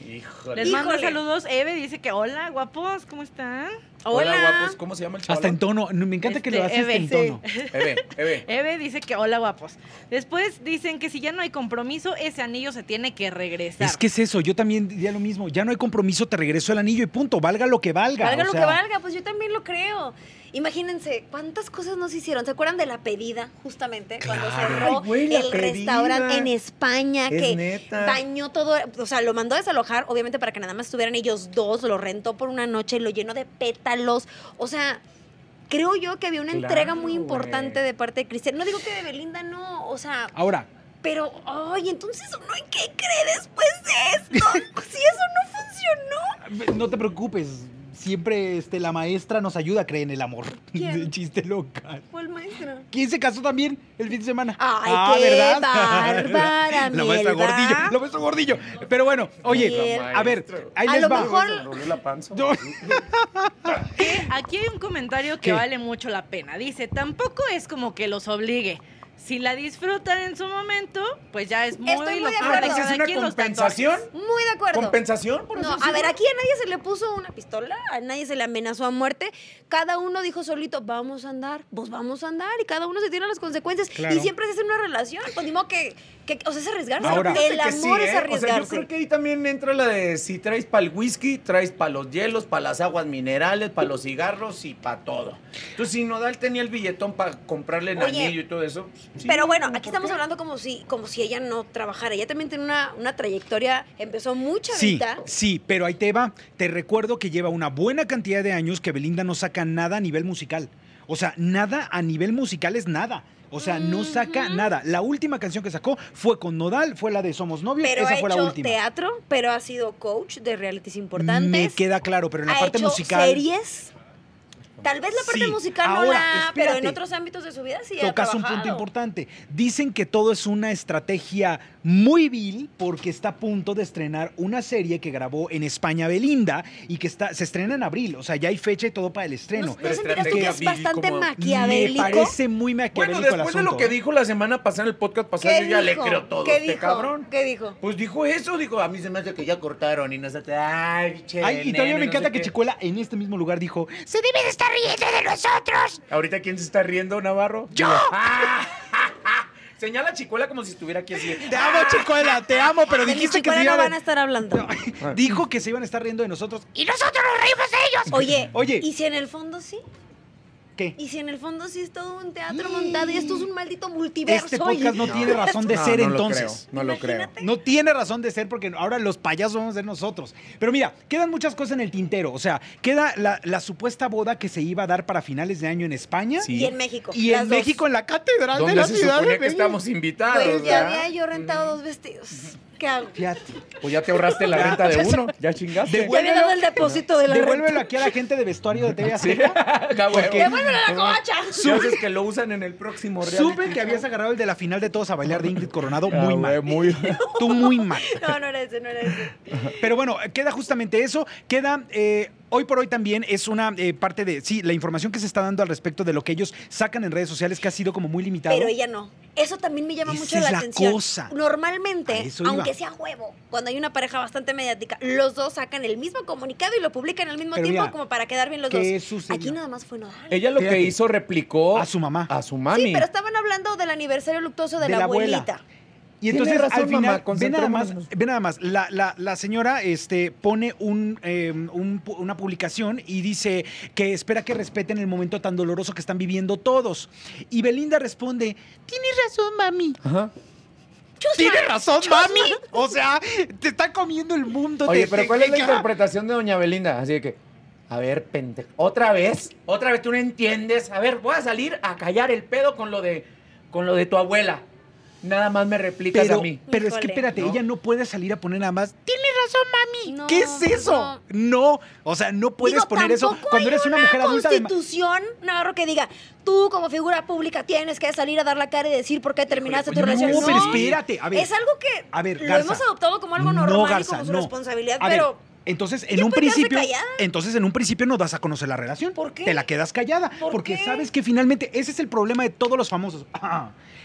Speaker 2: Híjole.
Speaker 4: Les mando
Speaker 3: Híjole.
Speaker 4: saludos. Eve dice que hola, guapos, ¿cómo están?
Speaker 3: Hola.
Speaker 2: guapos. ¿Cómo se llama el chaval?
Speaker 1: Hasta en tono. No, Me encanta que lo
Speaker 4: Este,
Speaker 1: haces
Speaker 4: Eve,
Speaker 1: en
Speaker 4: sí.
Speaker 1: tono.
Speaker 2: Eve,
Speaker 3: <laughs>
Speaker 2: Eve.
Speaker 3: Eh,
Speaker 4: Eve dice que hola, guapos. Después dicen que si ya no hay compromiso, ese anillo se tiene que regresar.
Speaker 1: Es que es eso, yo también diría lo mismo. Ya no hay compromiso, te regreso el anillo y punto. Valga lo que valga.
Speaker 3: Valga
Speaker 1: o
Speaker 3: lo
Speaker 1: sea,
Speaker 3: que valga, pues yo también lo creo. Imagínense, ¿cuántas cosas nos hicieron? ¿Se acuerdan de la pedida, justamente? Cuando
Speaker 1: Claro.
Speaker 3: cerró
Speaker 2: Ay, güey, La
Speaker 3: el
Speaker 2: Pedida.
Speaker 3: restaurante en España,
Speaker 2: Es
Speaker 3: que
Speaker 2: neta.
Speaker 3: dañó todo, o sea, lo mandó a desalojar, obviamente para que nada más estuvieran ellos dos, lo rentó por una noche, lo llenó de pétalos, o sea... Creo yo que había una
Speaker 2: Claro,
Speaker 3: entrega muy
Speaker 2: güey.
Speaker 3: importante de parte de Cristian. No digo que de Belinda no, o sea,
Speaker 1: Ahora,
Speaker 3: pero, ay, entonces uno en qué cree después de esto. <laughs> si eso no funcionó.
Speaker 1: no te preocupes. Siempre este, la maestra nos ayuda a creer en el amor. <laughs>
Speaker 3: ¿Quién?
Speaker 1: De chiste local.
Speaker 3: Fue el maestro.
Speaker 1: ¿Quién se casó también el fin de semana?
Speaker 3: Ay,
Speaker 1: Ah,
Speaker 3: qué
Speaker 1: ¿verdad? <laughs>
Speaker 3: bárbara,
Speaker 1: La maestra
Speaker 3: Mielba.
Speaker 1: gordillo, la maestra gordillo. Pero bueno, oye,
Speaker 3: Miel.
Speaker 1: a ver, ahí
Speaker 3: A
Speaker 1: les
Speaker 3: lo
Speaker 1: va.
Speaker 3: mejor-
Speaker 2: la panza?
Speaker 1: Yo-
Speaker 3: <laughs>
Speaker 4: Aquí hay un comentario que
Speaker 1: ¿Qué?
Speaker 4: vale mucho la pena. Dice, tampoco es como que los obligue. Si la disfrutan en su momento, pues ya es muy
Speaker 3: Estoy muy de
Speaker 4: local
Speaker 2: Ah,
Speaker 3: acuerdo.
Speaker 4: de
Speaker 2: entonces
Speaker 4: cada
Speaker 2: es una
Speaker 4: quien los
Speaker 2: compensación.
Speaker 4: tatuajes.
Speaker 3: Muy de acuerdo.
Speaker 2: ¿Compensación? Por
Speaker 3: no,
Speaker 2: así
Speaker 3: a ver,
Speaker 2: decirlo?
Speaker 3: aquí a nadie se le puso una pistola, a nadie se le amenazó a muerte. Cada uno dijo solito, vamos a andar, pues vamos a andar, y cada uno se tiene las consecuencias.
Speaker 1: Claro.
Speaker 3: Y siempre se hace una relación. Pues ni modo que, que- o sea, es arriesgarse.
Speaker 1: Ahora-
Speaker 2: Fíjate
Speaker 3: el
Speaker 2: que
Speaker 3: amor
Speaker 2: sí,
Speaker 3: es
Speaker 2: ¿eh? O sea, yo
Speaker 3: arriesgarse.
Speaker 2: creo que ahí también entra la de si traes para el whisky, traes para los hielos, para las aguas minerales, para los cigarros y para todo. Entonces, si Nodal tenía el billetón para comprarle el
Speaker 3: Oye,
Speaker 2: anillo y todo eso. pues, sí,
Speaker 3: Pero bueno,
Speaker 2: ¿por
Speaker 3: aquí estamos
Speaker 2: qué?
Speaker 3: hablando como si, como si ella no trabajara. Ella también tiene una, una trayectoria, empezó muy
Speaker 1: Sí,
Speaker 3: chavita.
Speaker 1: sí, pero ahí te va. Te recuerdo que lleva una buena cantidad de años que Belinda no saca nada a nivel musical. O sea, nada a nivel musical es nada. O sea, no saca nada. La última canción que sacó fue con Nodal, fue la de Somos Novios.
Speaker 3: Pero
Speaker 1: esa
Speaker 3: ha
Speaker 1: fue la
Speaker 3: hecho
Speaker 1: última.
Speaker 3: teatro, pero ha sido coach de realities importantes.
Speaker 1: Me queda claro, pero en la
Speaker 3: ha
Speaker 1: parte
Speaker 3: hecho
Speaker 1: musical.
Speaker 3: series. Tal vez la parte
Speaker 1: Sí,
Speaker 3: musical no
Speaker 1: ahora,
Speaker 3: la, pero en
Speaker 1: espérate.
Speaker 3: otros ámbitos de su vida sí ha
Speaker 1: Tocas un punto
Speaker 3: trabajado.
Speaker 1: importante. Dicen que todo es una estrategia muy vil porque está a punto de estrenar una serie que grabó en España Belinda y que está, se estrena en abril. O sea, ya hay fecha y todo para el estreno.
Speaker 3: ¿No,
Speaker 2: Pero
Speaker 3: ¿no sentirás tú que es
Speaker 2: estrategia vil,
Speaker 3: bastante
Speaker 2: como-
Speaker 3: maquiavélico?
Speaker 1: Me parece muy
Speaker 2: Bueno,
Speaker 1: maquiavélico el
Speaker 2: después de
Speaker 1: asunto. ¿eh?
Speaker 2: lo que dijo la semana pasada en el podcast pasado, yo ya le creo todo
Speaker 3: ¿Qué
Speaker 2: a este
Speaker 3: dijo?
Speaker 2: cabrón.
Speaker 3: ¿Qué dijo?
Speaker 2: Pues dijo eso, dijo, a mí se me hace que ya cortaron y no se Ay, che,
Speaker 1: Ay, y todavía
Speaker 2: nene,
Speaker 1: me
Speaker 2: no sé
Speaker 1: encanta que
Speaker 2: qué".
Speaker 1: Chicuela en este mismo lugar dijo,
Speaker 6: Se debe de estar riendo de nosotros.
Speaker 2: ¿Ahorita quién se está riendo, Navarro? ¡Yo! Señala a Chicuela como si estuviera aquí así.
Speaker 1: te amo Chicuela, te amo, pero
Speaker 3: De mi
Speaker 1: dijiste que
Speaker 3: chicuela
Speaker 1: se
Speaker 3: no
Speaker 1: iba
Speaker 3: van a estar hablando.
Speaker 1: a- <laughs> Dijo que se iban a estar riendo de nosotros.
Speaker 6: Y nosotros nos reímos de ellos.
Speaker 3: Oye,
Speaker 1: <laughs> Oye.
Speaker 3: ¿y si en el fondo sí?
Speaker 1: ¿Qué?
Speaker 3: ¿Y si en el fondo sí es todo un teatro montado y esto es un maldito multiverso?
Speaker 1: Este podcast
Speaker 3: y-
Speaker 1: no tiene razón de
Speaker 2: No,
Speaker 1: ser
Speaker 2: no lo
Speaker 1: entonces.
Speaker 2: creo, no lo creo.
Speaker 3: Imagínate.
Speaker 1: No tiene razón de ser porque ahora los payasos vamos a ser nosotros. Pero mira, quedan muchas cosas en el tintero. O sea, queda la, la supuesta boda que se iba a dar para finales de año en España
Speaker 2: Sí.
Speaker 3: Y en México.
Speaker 1: y
Speaker 3: las
Speaker 1: en
Speaker 3: dos.
Speaker 1: México en la catedral de
Speaker 2: ¿Dónde
Speaker 1: la
Speaker 2: se
Speaker 1: ciudad de
Speaker 2: suponía que
Speaker 1: México.
Speaker 2: estamos invitados?
Speaker 3: Pues ya
Speaker 2: verdad?
Speaker 3: había yo rentado dos vestidos. ¿Qué hago?
Speaker 1: Fíjate.
Speaker 2: Pues ya te ahorraste la renta de uno. Ya chingaste.
Speaker 3: Ya había dado el depósito de la
Speaker 1: Devuélvelo
Speaker 3: renta.
Speaker 1: aquí a la gente de vestuario de TV
Speaker 2: Sí.
Speaker 1: Azteca.
Speaker 2: Ya, güey.
Speaker 1: Porque-
Speaker 3: ¡Devuélvelo a la cocha!
Speaker 2: Ya sabes que lo usan en el próximo reality.
Speaker 1: Supe que habías agarrado el de la final de Todos a Bailar de Ingrid Coronado
Speaker 2: Ah,
Speaker 1: muy
Speaker 2: güey,
Speaker 1: mal. <laughs>
Speaker 2: muy-
Speaker 1: Tú muy mal.
Speaker 3: No, no era ese, no era ese.
Speaker 1: Pero bueno, queda justamente eso. Queda. eh, Hoy por hoy también es una eh, parte de, sí, la información que se está dando al respecto de lo que ellos sacan en redes sociales que ha sido como muy limitado.
Speaker 3: Pero ella no. Eso también me llama
Speaker 1: Esa
Speaker 3: mucho la
Speaker 1: es la
Speaker 3: atención.
Speaker 1: cosa. A
Speaker 3: Normalmente,
Speaker 1: eso iba.
Speaker 3: aunque sea huevo, cuando hay una pareja bastante mediática, los dos sacan el mismo comunicado y lo publican al mismo
Speaker 1: Pero
Speaker 3: tiempo
Speaker 1: mira,
Speaker 3: como para quedar bien los
Speaker 1: ¿qué
Speaker 3: dos.
Speaker 1: sucedió? Eh,
Speaker 3: Aquí nada más fue Nodal.
Speaker 2: Ella lo que
Speaker 1: Fíjate.
Speaker 2: hizo replicó
Speaker 1: A su mamá.
Speaker 2: A su mami.
Speaker 3: Sí, pero estaban hablando del aniversario luctuoso de,
Speaker 1: De
Speaker 3: la,
Speaker 1: la abuela.
Speaker 3: abuelita.
Speaker 1: Y
Speaker 2: Tiene
Speaker 1: entonces
Speaker 2: razón,
Speaker 1: al final,
Speaker 2: mamá,
Speaker 1: ve nada más,
Speaker 2: concentrémonos.
Speaker 1: ve nada más, la, la- la señora este, pone un, eh, un pu- una publicación y dice que espera que respeten el momento tan doloroso que están viviendo todos. Y Belinda responde, tienes razón, mami.
Speaker 2: Ajá.
Speaker 1: Tiene razón, mami. O sea, te está comiendo el
Speaker 2: <laughs>
Speaker 1: mundo.
Speaker 2: Oye,
Speaker 1: te-
Speaker 2: pero
Speaker 1: te-
Speaker 2: ¿cuál es la
Speaker 1: te-
Speaker 2: interpretación de Doña Belinda? Así de que,
Speaker 5: A ver, pendejo. ¿Otra vez? ¿Otra vez tú no entiendes? A ver, voy a salir a callar el pedo con lo de, con lo de tu abuela. Nada más me replicas
Speaker 1: Pero,
Speaker 5: a mí.
Speaker 1: pero es que
Speaker 3: Híjole.
Speaker 1: espérate,
Speaker 5: ¿No?
Speaker 1: ella no puede salir a poner nada más. Tiene razón, mami.
Speaker 4: No,
Speaker 1: ¿Qué es eso? No. o sea, no puedes
Speaker 3: Digo,
Speaker 1: poner eso
Speaker 3: tampoco
Speaker 1: cuando
Speaker 3: hay
Speaker 1: eres una, mujer adulta. además-
Speaker 3: constitución, Navarro, que diga, tú como figura pública tienes que salir a dar la cara y decir por qué terminaste tu
Speaker 1: Híjole,
Speaker 3: relación.
Speaker 1: no, pero espérate, a ver.
Speaker 3: es algo que
Speaker 1: A ver,
Speaker 3: lo
Speaker 1: Garza.
Speaker 3: hemos adoptado como algo normal
Speaker 1: no,
Speaker 3: y
Speaker 1: Garza,
Speaker 3: como su
Speaker 1: no.
Speaker 3: responsabilidad,
Speaker 1: A ver,
Speaker 3: pero
Speaker 1: entonces en
Speaker 3: ¿ya
Speaker 1: un
Speaker 3: puede quedarse
Speaker 1: principio,
Speaker 3: callada?
Speaker 1: entonces en un principio no das a conocer la relación.
Speaker 3: ¿Por qué?
Speaker 1: Te la quedas callada,
Speaker 3: ¿Por
Speaker 1: porque
Speaker 3: qué?
Speaker 1: sabes que finalmente ese es el problema de todos los famosos. <clears throat>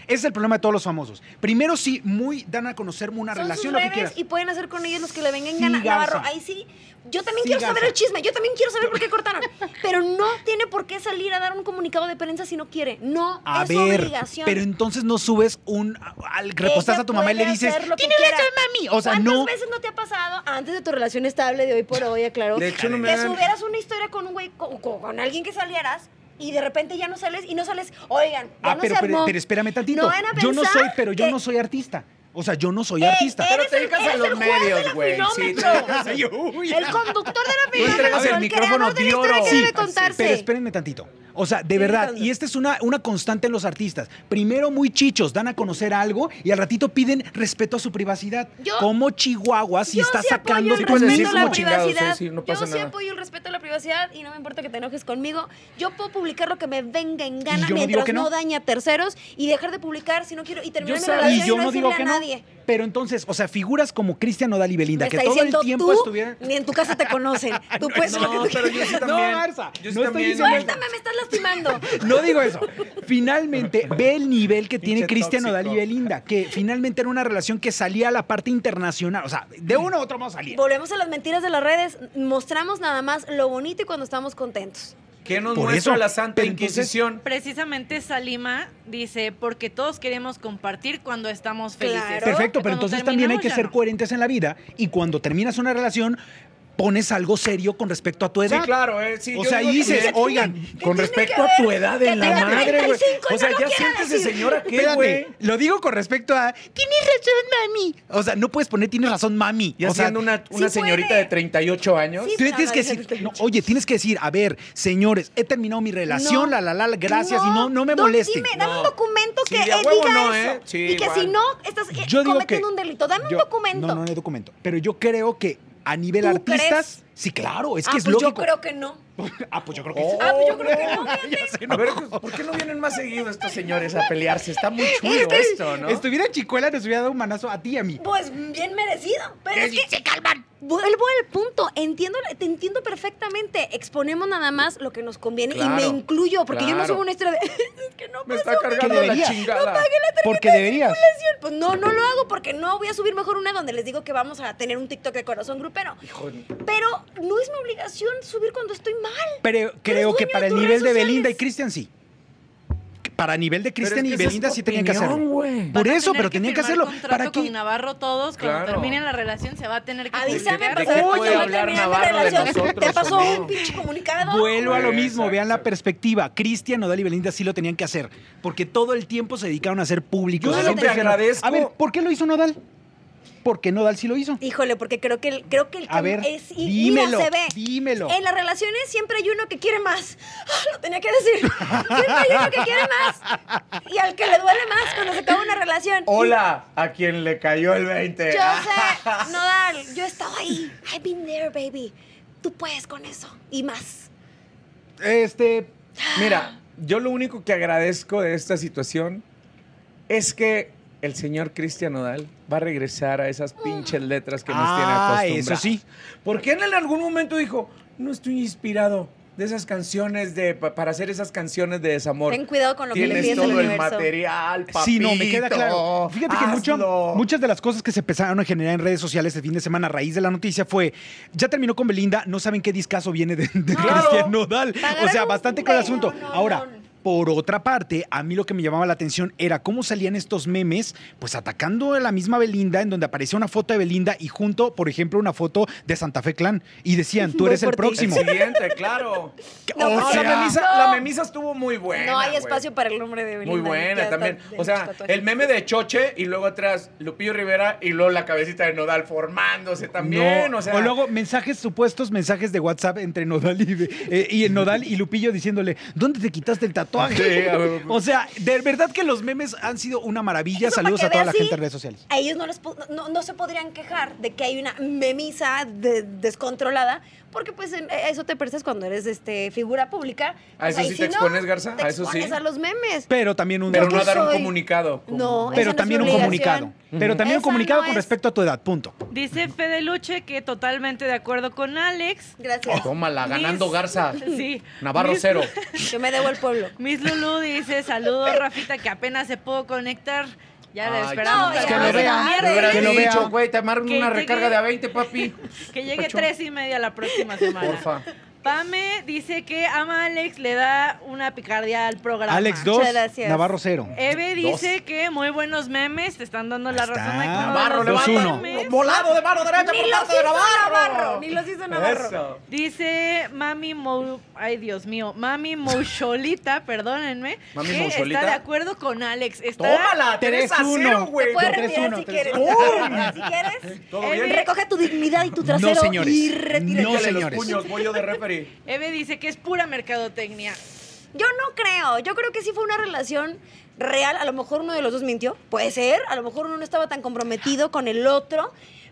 Speaker 1: ese es el problema de todos los famosos. Primero sí, muy dan a conocer una
Speaker 3: son sus
Speaker 1: relación, lo que
Speaker 3: redes
Speaker 1: quieras.
Speaker 3: y pueden hacer con ellos los que le vengan
Speaker 1: Sí,
Speaker 3: gana.
Speaker 1: Garza.
Speaker 3: Navarro, ahí sí. Yo también
Speaker 1: Sí,
Speaker 3: quiero saber
Speaker 1: Garza.
Speaker 3: el chisme, yo también quiero saber por qué cortaron.
Speaker 1: <laughs>
Speaker 3: Pero no tiene por qué salir a dar un comunicado de prensa si no quiere. No
Speaker 1: A
Speaker 3: es su
Speaker 1: ver,
Speaker 3: obligación.
Speaker 1: pero entonces no subes un al repostas
Speaker 3: Ella
Speaker 1: a tu mamá y le
Speaker 3: puede
Speaker 1: dices,
Speaker 3: hacer lo que
Speaker 1: "Tienes
Speaker 3: quiera".
Speaker 1: razón, mami." O sea,
Speaker 3: ¿Cuántas
Speaker 1: no.
Speaker 3: veces no te ha pasado antes de tu relación estable de hoy por hoy, aclaró?
Speaker 2: De hecho, no me
Speaker 3: que
Speaker 2: hagan-
Speaker 3: subieras una historia con un güey, con, con- con alguien que salieras y de repente ya no sales y no sales. Oigan, ya
Speaker 1: Ah,
Speaker 3: no
Speaker 1: pero,
Speaker 3: se
Speaker 1: pero-
Speaker 3: armó.
Speaker 1: pero espérame tantito.
Speaker 3: No van a
Speaker 1: yo no
Speaker 3: pensar
Speaker 1: soy, pero yo
Speaker 3: que- Eh,
Speaker 1: no soy artista. O sea, yo no soy
Speaker 3: Ey,
Speaker 1: artista.
Speaker 3: eres
Speaker 5: te
Speaker 3: el-
Speaker 5: dedicas a
Speaker 3: eres
Speaker 5: los
Speaker 3: el juez de
Speaker 5: medios,
Speaker 3: la
Speaker 5: güey, sí,
Speaker 3: filómetro.
Speaker 1: Ay, uy.
Speaker 3: El conductor de la
Speaker 5: Tú entregas
Speaker 3: filómetro,
Speaker 5: el
Speaker 3: el,
Speaker 5: micrófono
Speaker 3: creador de la
Speaker 5: de
Speaker 3: historia
Speaker 5: oro.
Speaker 3: que
Speaker 5: Sí,
Speaker 3: debe contarse.
Speaker 1: Pero espérenme tantito. O sea, de verdad, y esta es una, una constante en los artistas. Primero muy chichos, dan a conocer algo y al ratito piden respeto a su privacidad.
Speaker 3: Yo-
Speaker 1: Como Chihuahua si
Speaker 3: Yo
Speaker 1: está
Speaker 3: sí
Speaker 1: sacando
Speaker 3: apoyo el
Speaker 1: tu
Speaker 2: puedes decir
Speaker 3: respeto a la
Speaker 2: como chingados,
Speaker 3: privacidad.
Speaker 2: ¿eh? Sí, no pasa
Speaker 3: yo sí
Speaker 2: nada.
Speaker 3: apoyo el respeto a la privacidad y no me importa que te enojes conmigo. Yo puedo publicar lo que me venga en gana
Speaker 1: Y yo no digo
Speaker 3: mientras
Speaker 1: que no.
Speaker 3: no. daña a terceros y dejar de publicar si no quiero y terminar mi
Speaker 2: sabía-
Speaker 1: Y
Speaker 3: relación y
Speaker 1: yo
Speaker 3: no
Speaker 1: no digo
Speaker 3: decirle a
Speaker 1: que no.
Speaker 3: nadie.
Speaker 1: Pero entonces, o sea, figuras como Cristian Nodal y Belinda,
Speaker 3: Me
Speaker 1: que
Speaker 3: está
Speaker 1: todo el
Speaker 3: diciendo
Speaker 1: tiempo
Speaker 3: tú, <laughs>
Speaker 1: estuvieran.
Speaker 3: ni en tu casa te
Speaker 1: <laughs>
Speaker 3: conocen. Tú puedes
Speaker 2: no,
Speaker 3: lo que tú
Speaker 2: pero yo sí
Speaker 3: quieras.
Speaker 2: también.
Speaker 1: No, Garza,
Speaker 2: Yo sí
Speaker 1: no estoy
Speaker 2: también. ¿eh?
Speaker 1: diciendo eso.
Speaker 3: Suéltame, me estás lastimando.
Speaker 1: No digo eso. Finalmente, ve el nivel que tiene
Speaker 2: Pinche
Speaker 1: Cristian Nodal y
Speaker 2: tóxico.
Speaker 1: Belinda, que finalmente era una relación que salía a la parte internacional. O sea, de uno a otro vamos a salir.
Speaker 3: Volvemos a las mentiras de las redes. Mostramos nada más lo bonito y cuando estamos contentos.
Speaker 2: ¿qué nos
Speaker 1: Por
Speaker 2: muestra
Speaker 1: eso,
Speaker 2: la Santa
Speaker 1: pero entonces-
Speaker 2: Inquisición?
Speaker 4: Precisamente Salima dice, porque todos queremos compartir cuando estamos felices.
Speaker 3: Claro.
Speaker 1: Perfecto, pero
Speaker 4: Cuando
Speaker 1: entonces también hay
Speaker 4: terminamos,
Speaker 1: que
Speaker 4: ya
Speaker 1: ser
Speaker 4: no.
Speaker 1: coherentes en la vida y cuando terminas una relación pones algo serio con respecto a tu edad.
Speaker 2: Sí, claro, eh, sí,
Speaker 1: O
Speaker 2: yo
Speaker 1: sea,
Speaker 2: digo
Speaker 1: ahí
Speaker 2: que-
Speaker 1: dices,
Speaker 2: ¿Qué
Speaker 1: oigan,
Speaker 2: con
Speaker 3: tiene
Speaker 2: respecto
Speaker 3: que
Speaker 2: a
Speaker 3: ver
Speaker 2: tu edad
Speaker 3: que
Speaker 2: en la
Speaker 3: tenga
Speaker 2: madre, güey.
Speaker 3: 35 y
Speaker 2: O sea,
Speaker 3: no lo
Speaker 2: ya
Speaker 3: quiera
Speaker 2: siéntese,
Speaker 3: decir.
Speaker 2: señora, ¿qué,
Speaker 1: espérate,
Speaker 2: güey?
Speaker 1: lo digo con respecto a tienes razón, mami. O sea, no puedes poner tienes razón, mami.
Speaker 2: Ya
Speaker 1: o sea,
Speaker 2: siendo una,
Speaker 3: sí
Speaker 2: una señorita
Speaker 3: puede.
Speaker 2: de 38 años.
Speaker 3: Sí,
Speaker 1: Tú tienes que decir, no, oye, tienes que decir, a ver, señores, he terminado mi relación,
Speaker 3: No.
Speaker 1: la, la, la, la, gracias, y no, no me
Speaker 3: don-
Speaker 1: molesten.
Speaker 3: Dime, dame un
Speaker 2: No.
Speaker 3: documento
Speaker 2: Sí,
Speaker 3: que
Speaker 2: de
Speaker 3: eh,
Speaker 2: a huevo
Speaker 3: diga
Speaker 2: no,
Speaker 3: eso.
Speaker 2: ¿eh? Sí,
Speaker 3: y que
Speaker 2: igual.
Speaker 3: si no, estás eh,
Speaker 1: Yo digo que
Speaker 3: cometiendo un delito. Dame
Speaker 1: yo-
Speaker 3: un documento.
Speaker 1: No, no, no hay documento. Pero yo creo que a nivel
Speaker 3: ¿Tú
Speaker 1: artistas,
Speaker 3: crees?
Speaker 1: sí, claro, es
Speaker 3: Ah,
Speaker 1: que es
Speaker 3: pues
Speaker 1: lógico.
Speaker 3: Yo creo que no.
Speaker 1: <laughs> Ah, pues yo creo que sí.
Speaker 2: Oh,
Speaker 3: Ah, pues yo creo que no.
Speaker 1: Ya se
Speaker 2: A ver,
Speaker 1: enojó.
Speaker 2: ¿por qué no vienen más seguido estos señores a pelearse? Está muy chulo
Speaker 1: Es que
Speaker 2: esto, ¿no?
Speaker 1: Estuviera Chicuela, nos hubiera dado un manazo a ti y a mí.
Speaker 3: Pues bien merecido. Pero es que
Speaker 6: Se calman.
Speaker 3: vuelvo al punto. Entiendo, te entiendo perfectamente. Exponemos nada más lo que nos conviene
Speaker 2: Claro,
Speaker 3: y me incluyo porque yo no
Speaker 2: claro.
Speaker 3: subo una historia de. <laughs> es que no pues
Speaker 2: Me está
Speaker 3: pasó, que
Speaker 2: cargando
Speaker 1: que
Speaker 2: la
Speaker 1: debería.
Speaker 2: chingada.
Speaker 1: Porque deberías.
Speaker 3: relación. Pues no, no lo hago porque no voy a subir mejor una donde les digo que vamos a tener un TikTok de corazón grupero.
Speaker 2: Hijo de-
Speaker 3: Pero no es mi obligación subir cuando estoy mal.
Speaker 1: Pero creo
Speaker 3: dueño
Speaker 1: que
Speaker 3: de
Speaker 1: para el
Speaker 3: tus
Speaker 1: nivel de
Speaker 3: redes
Speaker 1: Belinda y
Speaker 3: sociales.
Speaker 1: Cristian sí. Que Para nivel de
Speaker 2: Pero es
Speaker 1: Cristian
Speaker 2: que
Speaker 1: y
Speaker 2: esa es
Speaker 1: Belinda
Speaker 2: tu
Speaker 1: sí tenían que
Speaker 2: opinión,
Speaker 1: hacerlo.
Speaker 2: güey.
Speaker 1: Por
Speaker 4: Van a
Speaker 1: eso,
Speaker 4: tener
Speaker 1: pero tenían que
Speaker 4: firmar
Speaker 1: hacerlo.
Speaker 4: contrato
Speaker 1: ¿Para
Speaker 4: con
Speaker 1: qué?
Speaker 4: Navarro todos, cuando
Speaker 2: Claro.
Speaker 4: terminen la relación se va a tener que
Speaker 2: Ah,
Speaker 3: Avísame
Speaker 2: ¿De
Speaker 4: comunicar.
Speaker 3: para
Speaker 2: qué puede
Speaker 3: saber cuándo voy a
Speaker 2: hablar
Speaker 3: terminar mi
Speaker 2: Navarro de
Speaker 3: relación.
Speaker 2: nosotros
Speaker 3: Te
Speaker 2: o
Speaker 3: pasó
Speaker 2: no?
Speaker 3: un pinche comunicado.
Speaker 1: Vuelvo a lo mismo,
Speaker 2: Exacto.
Speaker 1: vean la perspectiva. Cristian Nodal y Belinda sí lo tenían que hacer, porque todo el tiempo se dedicaron a ser públicos.
Speaker 2: Yo
Speaker 1: a
Speaker 3: se
Speaker 1: ser
Speaker 3: lo
Speaker 1: profesionales.
Speaker 2: agradezco.
Speaker 1: A ver, ¿por qué lo hizo Nodal? Porque Nodal sí lo hizo.
Speaker 3: Híjole, porque creo que el, creo que el
Speaker 1: A
Speaker 3: cam-
Speaker 1: ver,
Speaker 3: es y
Speaker 1: dímelo,
Speaker 3: mira, se ve.
Speaker 1: dímelo.
Speaker 3: En las relaciones siempre hay uno que quiere más. Ah, lo tenía que decir. Siempre hay uno que quiere más. Y al que le duele más cuando se acaba una relación.
Speaker 2: Hola, a quien le cayó el Ah. 20.
Speaker 3: Y Yo sé, Nodal, yo he estado ahí. I've been there, baby. Tú puedes con eso y más.
Speaker 2: Este, mira, yo lo único que agradezco de esta situación es que el señor Cristian Nodal va a regresar a esas pinches letras que nos
Speaker 1: Ah,
Speaker 2: tiene acostumbrados.
Speaker 1: eso sí.
Speaker 2: Porque él en algún momento dijo, no estoy inspirado de esas canciones de pa- para hacer esas canciones de desamor.
Speaker 3: Ten cuidado con lo que le
Speaker 2: Tienes
Speaker 3: pides al
Speaker 2: todo el
Speaker 3: universo.
Speaker 2: material, papito.
Speaker 1: Sí, no, me queda claro. Fíjate que mucho-
Speaker 2: hazlo.
Speaker 1: muchas de las cosas que se empezaron a generar en redes sociales este fin de semana a raíz de la noticia fue, ya terminó con Belinda, no saben qué discazo viene de, de
Speaker 2: Claro.
Speaker 1: Cristian Nodal. O sea,
Speaker 3: Pagaron
Speaker 1: bastante
Speaker 3: un
Speaker 1: con el
Speaker 3: buen-
Speaker 1: asunto.
Speaker 3: no, no,
Speaker 1: Ahora,
Speaker 3: no.
Speaker 1: Por otra parte, a mí lo que me llamaba la atención era cómo salían estos memes, pues atacando a la misma Belinda, en donde aparecía una foto de Belinda y junto, por ejemplo, una foto de Santa Fe Clan. Y
Speaker 3: <laughs>
Speaker 1: decían, tú
Speaker 3: Voy
Speaker 1: eres el
Speaker 3: por ti.
Speaker 2: El
Speaker 1: próximo.
Speaker 2: siguiente, claro.
Speaker 3: No,
Speaker 2: No,
Speaker 1: o sea,
Speaker 2: la, memisa,
Speaker 3: no.
Speaker 2: la memisa estuvo muy buena.
Speaker 3: no hay
Speaker 2: güey.
Speaker 3: espacio para el nombre de Belinda.
Speaker 2: Muy buena
Speaker 3: ya
Speaker 2: también.
Speaker 3: está-
Speaker 2: O sea, el meme de Choche y luego atrás Lupillo Rivera y luego la cabecita de Nodal formándose también.
Speaker 1: No,
Speaker 2: o sea,
Speaker 1: luego mensajes, supuestos mensajes de WhatsApp entre Nodal y, eh, y Nodal y Lupillo diciéndole, ¿dónde te quitaste el tatuaje?
Speaker 2: Sí, a ver.
Speaker 1: <laughs> o sea, de verdad que los memes han sido una maravilla.
Speaker 3: Eso
Speaker 1: Saludos
Speaker 3: para
Speaker 1: a
Speaker 3: que
Speaker 1: toda la
Speaker 3: veas, sí,
Speaker 1: gente en redes sociales.
Speaker 3: A ellos no, les po- no, no se podrían quejar de que hay una memisa de- descontrolada, porque pues em, eh, eso te prestas cuando eres este, figura pública.
Speaker 2: ¿A eso
Speaker 3: ahí
Speaker 2: sí
Speaker 3: sí
Speaker 2: te
Speaker 3: no,
Speaker 2: expones, Garza?
Speaker 3: Te
Speaker 2: ¿A eso sí?
Speaker 3: expones a los memes.
Speaker 1: Pero también un,
Speaker 2: pero
Speaker 3: ¿yo
Speaker 2: no
Speaker 3: qué
Speaker 2: dar un
Speaker 3: soy?
Speaker 2: comunicado.
Speaker 3: No, esa
Speaker 1: pero
Speaker 3: no es
Speaker 1: también
Speaker 3: su
Speaker 1: un comunicado.
Speaker 3: obligación.
Speaker 1: Pero también un
Speaker 3: Esa
Speaker 1: comunicado
Speaker 3: no
Speaker 1: con
Speaker 3: es.
Speaker 1: respecto a tu edad, punto.
Speaker 4: Dice Fede Luche que totalmente de acuerdo con Alex.
Speaker 3: Gracias.
Speaker 5: Tómala, ganando
Speaker 4: Mis-
Speaker 5: Garza.
Speaker 4: Sí.
Speaker 5: Navarro
Speaker 4: Mis-
Speaker 5: cero.
Speaker 3: Yo me debo el pueblo.
Speaker 4: Miss Lulu dice, saludos Rafita, que apenas se pudo conectar. Ya la
Speaker 5: Ay,
Speaker 4: esperamos.
Speaker 3: no, ya,
Speaker 4: que,
Speaker 3: no
Speaker 5: lo
Speaker 3: se
Speaker 5: vea.
Speaker 3: la
Speaker 5: Me hubieras
Speaker 1: Que lo vea.
Speaker 5: dicho, güey, te armaron
Speaker 4: Que
Speaker 5: una
Speaker 4: llegue-
Speaker 5: recarga de a
Speaker 4: <laughs>
Speaker 5: 20, papi.
Speaker 4: que llegue tres y media la próxima semana.
Speaker 5: Porfa.
Speaker 4: Pame dice que ama a Alex, le da una picardía al programa.
Speaker 1: Alex 2,
Speaker 3: gracias. Eh,
Speaker 1: Navarro 0.
Speaker 4: Eve
Speaker 5: Dos.
Speaker 4: dice que muy buenos memes, te están dando la
Speaker 1: Ahí está.
Speaker 4: razón. de cómo
Speaker 1: Navarro,
Speaker 4: los
Speaker 1: levanta.
Speaker 4: memes.
Speaker 5: Volado de mano derecha por parte de Navarro.
Speaker 3: Ni los hizo Navarro.
Speaker 5: Eso.
Speaker 4: Dice Mami Mou... Ay, Dios mío. Mami Moucholita, perdónenme.
Speaker 5: Mami
Speaker 4: que
Speaker 5: Moucholita.
Speaker 4: Está de acuerdo con Alex. Está...
Speaker 5: Tómala, 3 a 0,
Speaker 1: 3-1.
Speaker 5: güey.
Speaker 3: Te puedes
Speaker 1: Yo tres,
Speaker 3: retirar
Speaker 1: uno,
Speaker 3: si
Speaker 1: tres,
Speaker 3: quieres.
Speaker 1: uno.
Speaker 3: Si quieres.
Speaker 5: ¿Todo
Speaker 3: Eh,
Speaker 5: bien?
Speaker 3: Recoge tu dignidad y tu trasero
Speaker 1: No, señores.
Speaker 3: y retírate.
Speaker 1: No,
Speaker 5: Dale los
Speaker 1: señores.
Speaker 5: puños, bollo de referee.
Speaker 4: Eve dice que es pura mercadotecnia.
Speaker 3: Yo no creo. Yo creo que sí fue una relación real. A lo mejor uno de los dos mintió. Puede ser. A lo mejor uno no estaba tan comprometido con el otro.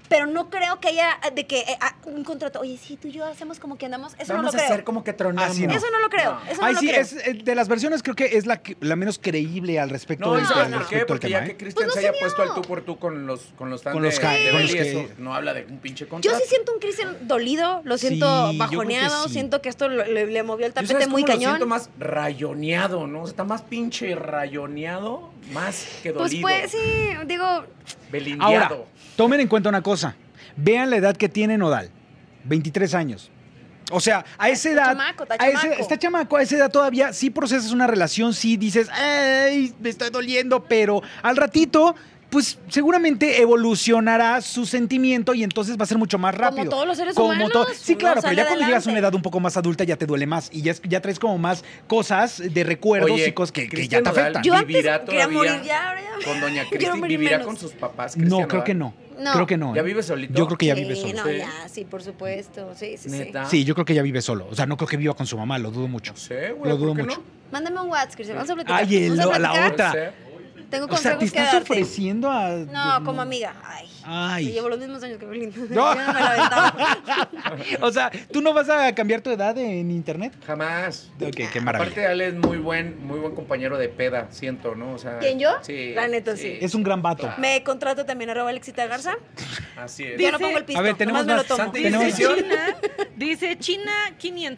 Speaker 3: Pero no creo que haya eh, de que eh, ah, un contrato. Oye, sí, tú y yo hacemos como que andamos. Eso
Speaker 5: Vamos
Speaker 3: no lo
Speaker 5: a
Speaker 3: creo.
Speaker 5: hacer como que tronamos.
Speaker 1: Así no.
Speaker 3: Eso no lo creo. Eso no
Speaker 1: Ay,
Speaker 3: lo
Speaker 1: sí,
Speaker 3: creo.
Speaker 1: es, eh, de las versiones creo que es la, que- la menos creíble al respecto
Speaker 5: No,
Speaker 1: del,
Speaker 5: ¿y
Speaker 1: al
Speaker 5: sabes por qué?
Speaker 1: respecto al
Speaker 5: Porque ya
Speaker 1: tema,
Speaker 5: que
Speaker 1: ¿eh?
Speaker 5: Cristian
Speaker 3: Pues no
Speaker 5: se haya
Speaker 3: se
Speaker 5: puesto
Speaker 3: vio.
Speaker 5: al tú por tú con los, con los fans
Speaker 1: Con
Speaker 5: de,
Speaker 1: los ca-
Speaker 5: de
Speaker 1: con
Speaker 5: Belly,
Speaker 1: los que-
Speaker 5: eso no habla de un pinche
Speaker 3: Yo
Speaker 5: contrato.
Speaker 3: sí siento un Cristian dolido, lo siento
Speaker 1: Sí, yo creo que
Speaker 3: bajoneado,
Speaker 1: sí.
Speaker 3: siento que esto lo- le, le movió el
Speaker 5: Yo, ¿sabes
Speaker 3: tapete muy
Speaker 5: cómo lo
Speaker 3: cañón.
Speaker 5: siento más rayoneado, ¿no? Está más pinche rayoneado, más que
Speaker 3: pues
Speaker 5: dolido.
Speaker 3: pues sí, digo,
Speaker 5: Belindiado.
Speaker 1: Ahora, tomen en cuenta una cosa. Vean la edad que tiene Nodal. 23 años. O sea, a esa edad.
Speaker 3: chamaco, está
Speaker 1: a esa-
Speaker 3: chamaco.
Speaker 1: está chamaco, a esa edad todavía sí procesas una relación, sí dices, ¡ay! Me estoy doliendo, pero al ratito. Pues seguramente evolucionará su sentimiento y entonces va a ser mucho más
Speaker 3: Como
Speaker 1: rápido.
Speaker 3: todos los seres humanos,
Speaker 1: todo- sí,
Speaker 3: uno
Speaker 1: claro, pero
Speaker 3: sale
Speaker 1: ya cuando llegas a una
Speaker 3: adelante.
Speaker 1: edad un poco más adulta ya te duele más y ya, es- ya traes como más cosas de recuerdos
Speaker 5: Oye,
Speaker 1: y cosas que, que ya
Speaker 5: Cristian
Speaker 1: te
Speaker 5: Nodal
Speaker 1: afectan.
Speaker 3: Yo antes
Speaker 5: vivirá
Speaker 3: quería
Speaker 5: todavía
Speaker 3: morir, ya, ahora ya-
Speaker 5: con Doña
Speaker 3: <laughs> quiero
Speaker 5: Cristi,
Speaker 3: morir
Speaker 5: vivirá
Speaker 3: menos.
Speaker 5: con sus papás.
Speaker 1: no,
Speaker 5: Cristian
Speaker 1: creo que
Speaker 5: Nodal.
Speaker 1: no.
Speaker 3: No.
Speaker 1: Creo que no. ¿eh?
Speaker 5: ¿Ya vive solito?
Speaker 1: Yo creo que ya vive
Speaker 3: sí,
Speaker 1: solito.
Speaker 3: no,
Speaker 5: Sí.
Speaker 3: ya, sí, por supuesto, sí, sí,
Speaker 5: Neta.
Speaker 3: sí.
Speaker 1: Sí, yo creo que ya vive solo. O sea, no creo que viva con su mamá, lo dudo mucho.
Speaker 5: No sé, güey.
Speaker 1: Lo
Speaker 5: ¿por
Speaker 1: dudo
Speaker 5: qué
Speaker 1: mucho.
Speaker 5: No?
Speaker 3: Mándame un WhatsApp, Cristian, vamos a platicar.
Speaker 1: Ay, el-
Speaker 3: vamos a
Speaker 1: la
Speaker 3: platicar.
Speaker 1: otra.
Speaker 5: Sé.
Speaker 3: Tengo
Speaker 1: O sea,
Speaker 3: consejos
Speaker 1: te
Speaker 3: que
Speaker 1: estás
Speaker 3: darte.
Speaker 1: ofreciendo a.
Speaker 3: No, como amiga. Ay.
Speaker 1: Ay.
Speaker 3: Yo llevo los mismos años que Belinda. <laughs>
Speaker 1: No.
Speaker 3: Yo no me la aventaba.
Speaker 1: <laughs> o sea, ¿tú no vas a cambiar tu edad en internet?
Speaker 5: Jamás.
Speaker 1: Ok, qué
Speaker 5: Aparte,
Speaker 1: maravilla.
Speaker 5: Ale es muy buen, muy buen compañero de peda, siento, ¿no? O sea,
Speaker 3: ¿Quién, yo?
Speaker 5: Sí.
Speaker 3: La neta, sí.
Speaker 1: Es un gran vato.
Speaker 3: Me contrato también arroba Alexita Garza.
Speaker 5: Así es.
Speaker 3: Yo no
Speaker 4: Dice-
Speaker 3: pongo el pisto,
Speaker 1: A ver, tenemos más.
Speaker 3: nomás me lo tomo.
Speaker 5: Santi,
Speaker 1: Tenemos-
Speaker 4: Dice China, dice China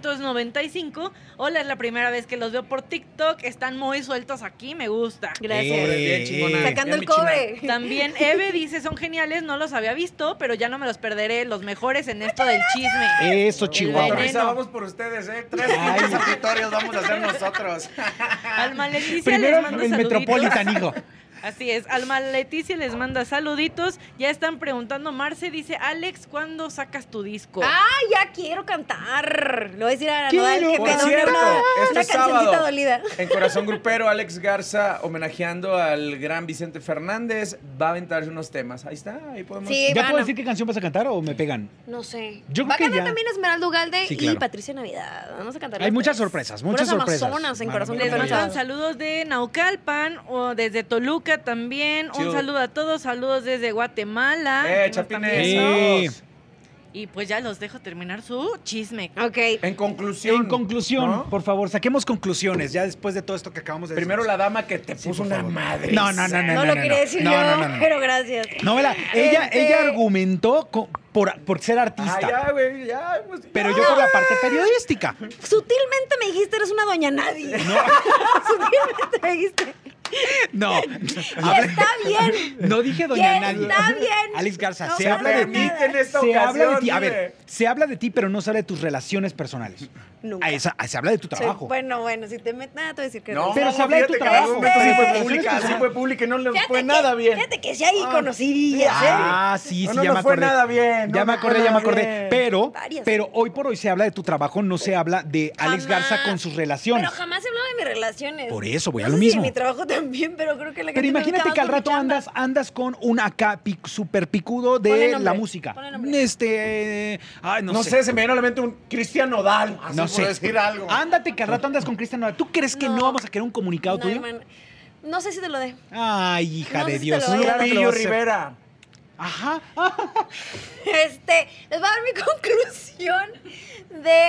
Speaker 4: 595. Hola, es la primera vez que los veo por TikTok. Están muy sueltos aquí, me gusta.
Speaker 3: Gracias.
Speaker 5: Sobre, bien chingona.
Speaker 1: Eh.
Speaker 3: Sacando
Speaker 5: Bien,
Speaker 3: el
Speaker 5: mi China.
Speaker 3: cobre.
Speaker 4: También Eve dice, son geniales, no los había visto, pero ya no me los perderé, los mejores en esto del chisme.
Speaker 1: Eso,
Speaker 5: Chihuahua.
Speaker 1: Chihuahua.
Speaker 4: veneno.
Speaker 5: vamos por ustedes, ¿eh? Tres
Speaker 3: <laughs>
Speaker 1: Ay.
Speaker 5: pinches auditorios vamos a hacer nosotros.
Speaker 4: Al Maleticia les
Speaker 1: Primero
Speaker 4: mando
Speaker 1: el
Speaker 4: saluditos.
Speaker 1: Metropolitan,
Speaker 3: <laughs>
Speaker 1: hijo.
Speaker 4: Así es, Alma Leticia les manda saluditos. Ya están preguntando, Marce dice, Alex, ¿cuándo sacas tu disco?
Speaker 3: Ah, ya quiero cantar. Le voy a decir a
Speaker 1: Quiero
Speaker 3: Nodal que
Speaker 5: Por
Speaker 3: me done
Speaker 5: cierto,
Speaker 3: una,
Speaker 5: este
Speaker 3: una
Speaker 5: sábado,
Speaker 3: cancioncita dolida.
Speaker 5: en Corazón Grupero, Alex Garza, homenajeando al gran Vicente Fernández, va a aventarse unos temas. Ahí está, ahí podemos... Eh,
Speaker 3: Sí,
Speaker 1: ¿Ya
Speaker 3: van
Speaker 1: puedo
Speaker 3: a-
Speaker 1: decir qué canción vas a cantar o me pegan?
Speaker 3: No sé.
Speaker 1: Yo
Speaker 3: Va a
Speaker 1: creo que
Speaker 3: cantar
Speaker 1: ya.
Speaker 3: también Esmeralda Ugalde
Speaker 1: Sí,
Speaker 3: y
Speaker 1: claro.
Speaker 3: Patricia Navidad. Vamos a cantar.
Speaker 1: Hay
Speaker 3: las
Speaker 1: muchas
Speaker 3: tres.
Speaker 1: sorpresas, muchas
Speaker 3: Puras
Speaker 1: sorpresas.
Speaker 3: amazonas en corazón
Speaker 1: Mano,
Speaker 4: Les
Speaker 1: mano,
Speaker 4: mandan
Speaker 1: mano.
Speaker 3: Grupero.
Speaker 4: saludos de Naucalpan o desde Toluca también.
Speaker 5: Chido.
Speaker 4: Un saludo a todos, saludos desde Guatemala.
Speaker 5: ¡Eh,
Speaker 4: Nos
Speaker 5: chapines!
Speaker 4: también-
Speaker 1: Sí.
Speaker 5: Eso.
Speaker 4: Y pues ya los dejo terminar su
Speaker 3: <laughs>
Speaker 4: chisme.
Speaker 1: Eh,
Speaker 3: Ok.
Speaker 5: En conclusión.
Speaker 1: En conclusión,
Speaker 5: ¿no?
Speaker 1: por favor, saquemos conclusiones ya después de todo esto que acabamos de decir.
Speaker 5: Primero la dama que te puso
Speaker 1: por
Speaker 5: una
Speaker 1: favor.
Speaker 5: madre. Ah,
Speaker 1: No, no, no, no.
Speaker 3: No lo quería decir
Speaker 1: no,
Speaker 3: yo,
Speaker 1: no, no, no.
Speaker 3: pero gracias.
Speaker 1: No, vela, ella,
Speaker 3: Este-
Speaker 1: ella argumentó co- por, por ser
Speaker 5: Ah,
Speaker 1: artista.
Speaker 5: ya, güey, ya. pues, ya.
Speaker 1: Pero yo por la parte periodística.
Speaker 3: <laughs> Sutilmente me dijiste, eres una doña nadie. Sutilmente me dijiste.
Speaker 1: No.
Speaker 3: Está bien.
Speaker 1: No dije doña
Speaker 3: Que
Speaker 1: Nadie.
Speaker 3: está bien.
Speaker 1: Alex Garza,
Speaker 3: No
Speaker 1: se
Speaker 3: pasa
Speaker 1: habla de ti.
Speaker 3: nada.
Speaker 5: en esta
Speaker 1: se
Speaker 5: ocasión,
Speaker 1: habla de ti. A
Speaker 5: mire.
Speaker 1: ver, se habla de ti, pero no se habla de tus relaciones personales.
Speaker 3: Nunca.
Speaker 1: A esa- a- se habla de tu
Speaker 3: Sí,
Speaker 1: trabajo.
Speaker 3: bueno, bueno, si te metes nada, te voy a decir que
Speaker 1: pero se habla de tu
Speaker 5: fíjate que
Speaker 1: trabajo.
Speaker 5: en algún momento sí
Speaker 3: Pero-
Speaker 5: fue pública, sí fue pública y no le
Speaker 3: Fíjate
Speaker 5: fue
Speaker 1: pues
Speaker 3: que-
Speaker 5: nada bien.
Speaker 3: Fíjate que sí ahí conocí días, ¿eh?
Speaker 1: Ah, sí, sí,
Speaker 5: No, no,
Speaker 1: ya
Speaker 5: no
Speaker 1: me
Speaker 5: fue
Speaker 1: acordé.
Speaker 5: nada bien,
Speaker 1: Ya
Speaker 5: no,
Speaker 1: me
Speaker 5: no fue
Speaker 1: acordé, ya me
Speaker 5: nada
Speaker 1: acordé.
Speaker 5: bien.
Speaker 1: Pero,
Speaker 3: Varias.
Speaker 1: pero hoy por hoy se habla de tu trabajo, no se habla de Alex
Speaker 3: Jamás.
Speaker 1: Garza con sus relaciones.
Speaker 3: Pero jamás he hablado de mis relaciones.
Speaker 1: Por eso, voy a
Speaker 3: No
Speaker 1: lo
Speaker 3: sé si
Speaker 1: mismo.
Speaker 3: de mi trabajo también, pero creo que la
Speaker 1: Pero
Speaker 3: gente me
Speaker 1: imagínate
Speaker 3: busca
Speaker 1: que al
Speaker 3: más
Speaker 1: rato
Speaker 3: por mi chamba.
Speaker 1: andas, andas con un acá pic- super picudo
Speaker 3: Ponle
Speaker 1: de
Speaker 3: nombre,
Speaker 1: la música.
Speaker 3: ponle nombre.
Speaker 1: Este. eh, Ay, no,
Speaker 5: No sé, se me vino a la mente un Cristian Nodal, así
Speaker 1: Ah, No
Speaker 5: por
Speaker 1: sé. Ah,
Speaker 5: decir algo.
Speaker 1: Ándate que al rato andas con Cristian Nodal. ¿Tú crees que no,
Speaker 3: No.
Speaker 1: vamos a querer un comunicado
Speaker 3: No,
Speaker 1: tuyo?
Speaker 3: hermano. No sé si te lo dé. <laughs>
Speaker 1: Ay, hija
Speaker 3: No sé
Speaker 1: de
Speaker 3: si te
Speaker 1: Dios.
Speaker 3: lo voy a
Speaker 1: claro
Speaker 3: dar.
Speaker 1: que lo vas a
Speaker 5: Pillo
Speaker 1: hacer.
Speaker 5: Rivera.
Speaker 1: Ajá.
Speaker 3: Este, les voy a dar mi <laughs> conclusión de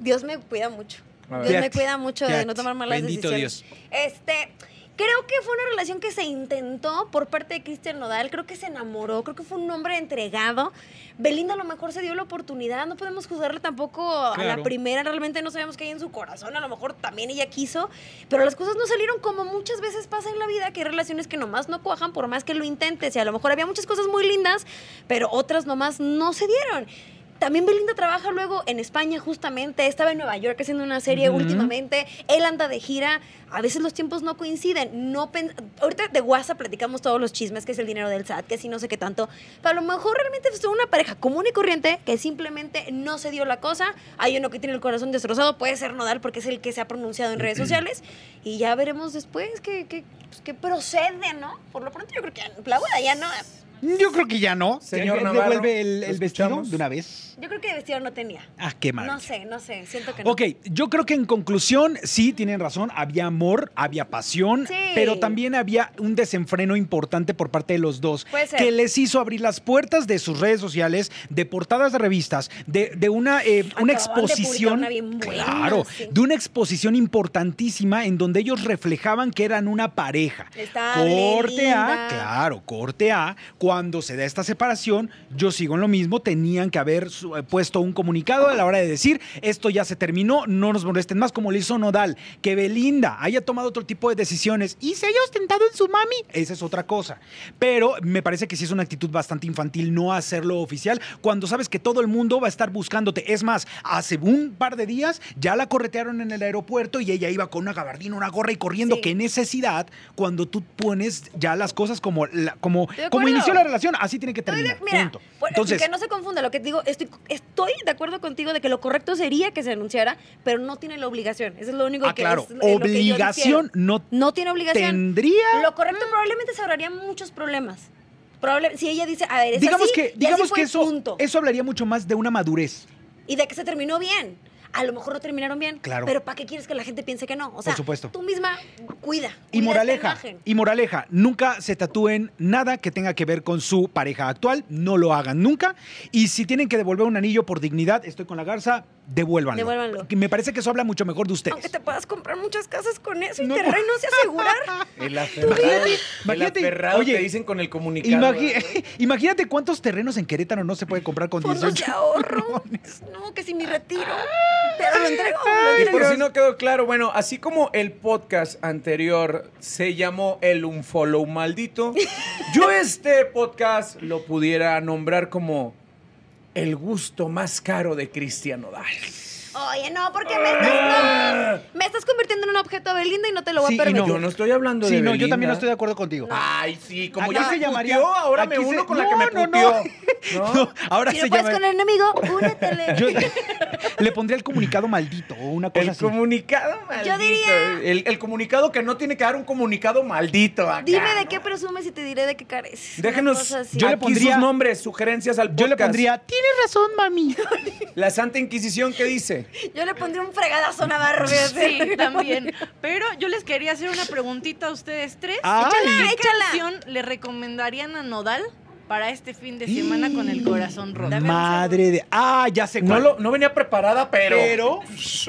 Speaker 3: Dios me cuida mucho.
Speaker 5: A
Speaker 3: Dios
Speaker 5: ver.
Speaker 3: me
Speaker 1: Fíjate,
Speaker 3: cuida mucho de no
Speaker 1: fíjate.
Speaker 3: tomar malas
Speaker 1: Bendito
Speaker 3: decisiones. Este, creo que fue una relación que se intentó por parte de Cristian Nodal, creo que se enamoró, creo que fue un hombre entregado. Belinda a lo mejor se dio la oportunidad, no podemos juzgarle tampoco a la
Speaker 1: Claro.
Speaker 3: primera, realmente no sabemos qué hay en su corazón, a lo mejor también ella quiso, pero las cosas no salieron como muchas veces pasa en la vida, que hay relaciones que nomás no cuajan por más que lo intentes, y a lo mejor había muchas cosas muy lindas, pero otras nomás no se dieron. También Belinda trabaja luego en España justamente, estaba en Nueva York haciendo una serie últimamente, él anda de gira, a veces los tiempos no coinciden, no pen- ahorita de WhatsApp platicamos todos los chismes, que es el dinero del SAT, que si no sé qué tanto, pero a lo mejor realmente fue una pareja común y corriente que simplemente no se dio la cosa, hay uno que tiene el corazón destrozado, puede ser Nodal porque es el que se ha pronunciado en redes sociales y ya veremos después qué qué- pues, qué procede, ¿no? Por lo pronto yo creo que ya- la boda ya no,
Speaker 1: Yo creo que ya no.
Speaker 5: Señor
Speaker 1: ¿Él
Speaker 5: Navarro,
Speaker 1: devuelve el, el
Speaker 5: ¿lo
Speaker 1: vestido
Speaker 5: escuchamos?
Speaker 1: de una vez.
Speaker 3: yo creo que de vestido no tenía.
Speaker 1: Ah, qué mal.
Speaker 3: No sé, no sé, siento que no.
Speaker 1: Ok, yo creo que en conclusión, sí, tienen razón, había amor, había pasión,
Speaker 3: Sí.
Speaker 1: pero también había un desenfreno importante por parte de los dos,
Speaker 3: Puede ser.
Speaker 1: que les hizo abrir las puertas de sus redes sociales, de portadas de revistas, de, de una, eh,
Speaker 3: Acaban
Speaker 1: una
Speaker 3: de
Speaker 1: exposición,
Speaker 3: publicar una bien buena,
Speaker 1: claro,
Speaker 3: sí.
Speaker 1: de una exposición importantísima en donde ellos reflejaban que eran una pareja.
Speaker 3: Estable,
Speaker 1: corte
Speaker 3: linda.
Speaker 1: A, claro, corte A, cuando se da esta separación, yo sigo en lo mismo, tenían que haber su- eh, puesto un comunicado a la hora de decir, esto ya se terminó, no nos molesten más, como lo hizo Nodal, que Belinda haya tomado otro tipo de decisiones y se haya ostentado en su mami, esa es otra cosa. Pero me parece que sí es una actitud bastante infantil no hacerlo oficial cuando sabes que todo el mundo va a estar buscándote. Es más, hace un par de días ya la corretearon en el aeropuerto y ella iba con una gabardina, una gorra y corriendo.
Speaker 3: Sí.
Speaker 1: Qué necesidad cuando tú pones ya las cosas como, la- como,
Speaker 3: Estoy de
Speaker 1: como
Speaker 3: acuerdo.
Speaker 1: inició la relación, así tiene que
Speaker 3: Estoy de-
Speaker 1: terminar.
Speaker 3: mira,
Speaker 1: punto.
Speaker 3: por-
Speaker 1: Entonces,
Speaker 3: que no se confunda lo que te digo, estoy, estoy de acuerdo contigo de que lo correcto sería que se anunciara, pero no tiene la obligación. Eso es lo único
Speaker 1: ah,
Speaker 3: que
Speaker 1: claro,
Speaker 3: es eh, lo- lo que yo
Speaker 1: obligación
Speaker 3: difiero.
Speaker 1: no
Speaker 3: no tiene obligación.
Speaker 1: tendría.
Speaker 3: Lo correcto probablemente se ahorraría muchos problemas. Probable- si ella dice, a ver, es
Speaker 1: digamos
Speaker 3: así, y
Speaker 1: que,
Speaker 3: así
Speaker 1: digamos
Speaker 3: fue,
Speaker 1: que eso,
Speaker 3: punto.
Speaker 1: eso hablaría mucho más de una madurez.
Speaker 3: y de que se terminó bien. A lo mejor no terminaron bien,
Speaker 1: Claro.
Speaker 3: pero ¿para qué quieres que la gente piense que no? O sea,
Speaker 1: supuesto.
Speaker 3: tú misma cuida.
Speaker 1: Y
Speaker 3: cuida esta
Speaker 1: moraleja,
Speaker 3: imagen.
Speaker 1: y moraleja, nunca se tatúen nada que tenga que ver con su pareja actual, no lo hagan nunca. Y si tienen que devolver un anillo por dignidad, estoy con la garza, devuélvanlo.
Speaker 3: Devuélvanlo.
Speaker 1: Que Me parece que eso habla mucho mejor de ustedes.
Speaker 3: Aunque te puedas comprar muchas casas con eso y terrenos y
Speaker 1: <laughs>
Speaker 3: asegurar.
Speaker 5: El aferrado,
Speaker 1: Imagínate,
Speaker 5: el
Speaker 1: imagínate,
Speaker 5: aferrado
Speaker 1: oye,
Speaker 5: te dicen con el comunicado.
Speaker 1: Imagi- <laughs> imagínate cuántos terrenos en Querétaro no se puede comprar con
Speaker 3: fondos de
Speaker 1: 18.
Speaker 3: ahorro. No, que si mi retiro. Pero lo entrego.
Speaker 2: Y
Speaker 3: Lo
Speaker 2: por si
Speaker 3: entrego.
Speaker 2: no quedó claro, bueno, así como el podcast anterior se llamó El
Speaker 1: <laughs>
Speaker 2: Unfollow Maldito, yo este podcast lo pudiera nombrar como El Gusto Más Caro de Cristian Nodal.
Speaker 3: Oye, no, porque me estás, no, me estás convirtiendo en un objeto Belinda y no te lo voy
Speaker 1: Sí, y
Speaker 3: a permitir.
Speaker 2: Yo no estoy hablando de
Speaker 1: Sí, no, yo
Speaker 2: Belinda. Ah,
Speaker 1: también no estoy de acuerdo contigo.
Speaker 5: Ay, sí, como
Speaker 1: Aquí
Speaker 5: ya
Speaker 1: se
Speaker 5: se
Speaker 1: llamaría-
Speaker 5: llamaría, ahora me
Speaker 1: aquí se-
Speaker 5: uno con la
Speaker 1: no,
Speaker 5: que me
Speaker 1: no,
Speaker 5: puteó.
Speaker 1: no. <laughs> No, ahora
Speaker 3: si
Speaker 1: se
Speaker 3: no
Speaker 2: pues
Speaker 3: puedes
Speaker 1: llama-
Speaker 3: con el enemigo, únetele.
Speaker 2: <laughs>
Speaker 1: Yo-
Speaker 3: Yo,
Speaker 1: le pondría el comunicado maldito o una cosa
Speaker 2: El
Speaker 1: Pues así.
Speaker 2: comunicado maldito.
Speaker 3: diría-
Speaker 2: El, el comunicado que no tiene que dar un comunicado maldito. Acá,
Speaker 3: Dime de
Speaker 2: ¿no?
Speaker 3: qué presumes y te diré de qué careces. Una
Speaker 2: Déjenos
Speaker 3: cosa así.
Speaker 1: Yo le
Speaker 2: aquí
Speaker 1: pondría-
Speaker 2: sus nombres, sugerencias al podcast.
Speaker 1: Yo le pondría, tienes razón,
Speaker 2: <laughs>
Speaker 1: mami.
Speaker 2: La Santa Inquisición, ¿qué dice?
Speaker 3: Yo le pondría un fregadazo a Navarro. fíjate. <laughs>
Speaker 4: Sí, también. Pero yo les quería hacer una preguntita a ustedes tres.
Speaker 1: Ay.
Speaker 4: ¿Qué
Speaker 3: Échala, échala.
Speaker 4: canción le recomendarían a Nodal para este fin de semana con el corazón roto?
Speaker 1: Madre de. Ah, ya sé
Speaker 2: No,
Speaker 1: cuál.
Speaker 2: lo, no venía preparada, pero.
Speaker 1: Pero-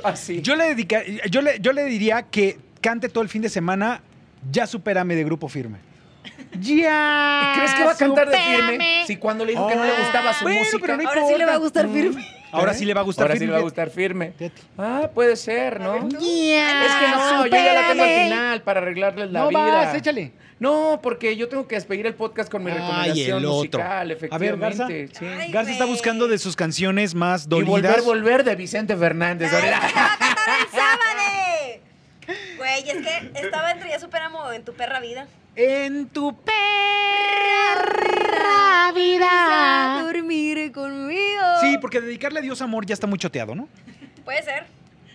Speaker 2: Así.
Speaker 1: Yo le dedica- yo le, yo le diría que cante todo el fin de semana. Ya supérame de grupo firme.
Speaker 2: <laughs>
Speaker 1: Ya.
Speaker 2: ¿Crees que va a cantar de firme?
Speaker 6: supérame.
Speaker 2: Ah, Si cuando le dijo que no le
Speaker 1: Ah.
Speaker 2: gustaba su
Speaker 1: Bueno,
Speaker 2: música.
Speaker 1: pero no
Speaker 3: Ahora sí le va a
Speaker 1: importa. <laughs>
Speaker 3: gustar firme.
Speaker 1: Ahora sí le va a gustar
Speaker 2: ¿Eh? Ahora sí
Speaker 1: firme,
Speaker 2: le va a
Speaker 1: fíjate.
Speaker 2: gustar firme.
Speaker 1: Fíjate.
Speaker 2: Ah, puede ser, ¿no? Es
Speaker 3: Ya,
Speaker 2: que no, yo ya la tengo al
Speaker 3: supérale.
Speaker 2: final para arreglarles la
Speaker 5: No
Speaker 2: vida.
Speaker 5: vas, échale.
Speaker 2: No, porque yo tengo que despedir el podcast con mi
Speaker 1: Ay,
Speaker 2: recomendación
Speaker 1: el otro.
Speaker 2: musical,
Speaker 1: A ver, Garza.
Speaker 2: efectivamente. sí.
Speaker 3: Ay,
Speaker 1: Garza está
Speaker 3: güey.
Speaker 1: buscando de sus canciones más
Speaker 2: Y
Speaker 1: dolidas.
Speaker 2: volver, volver de Vicente Fernández.
Speaker 3: Ay,
Speaker 2: ahora.
Speaker 3: se va a cantar el sábado. Güey, es que estaba entre ya superamo en tu perra vida.
Speaker 1: En tu
Speaker 3: Perra vida. dormir conmigo.
Speaker 1: Sí, porque dedicarle a Dios amor ya está muy choteado, ¿no?
Speaker 3: Puede ser.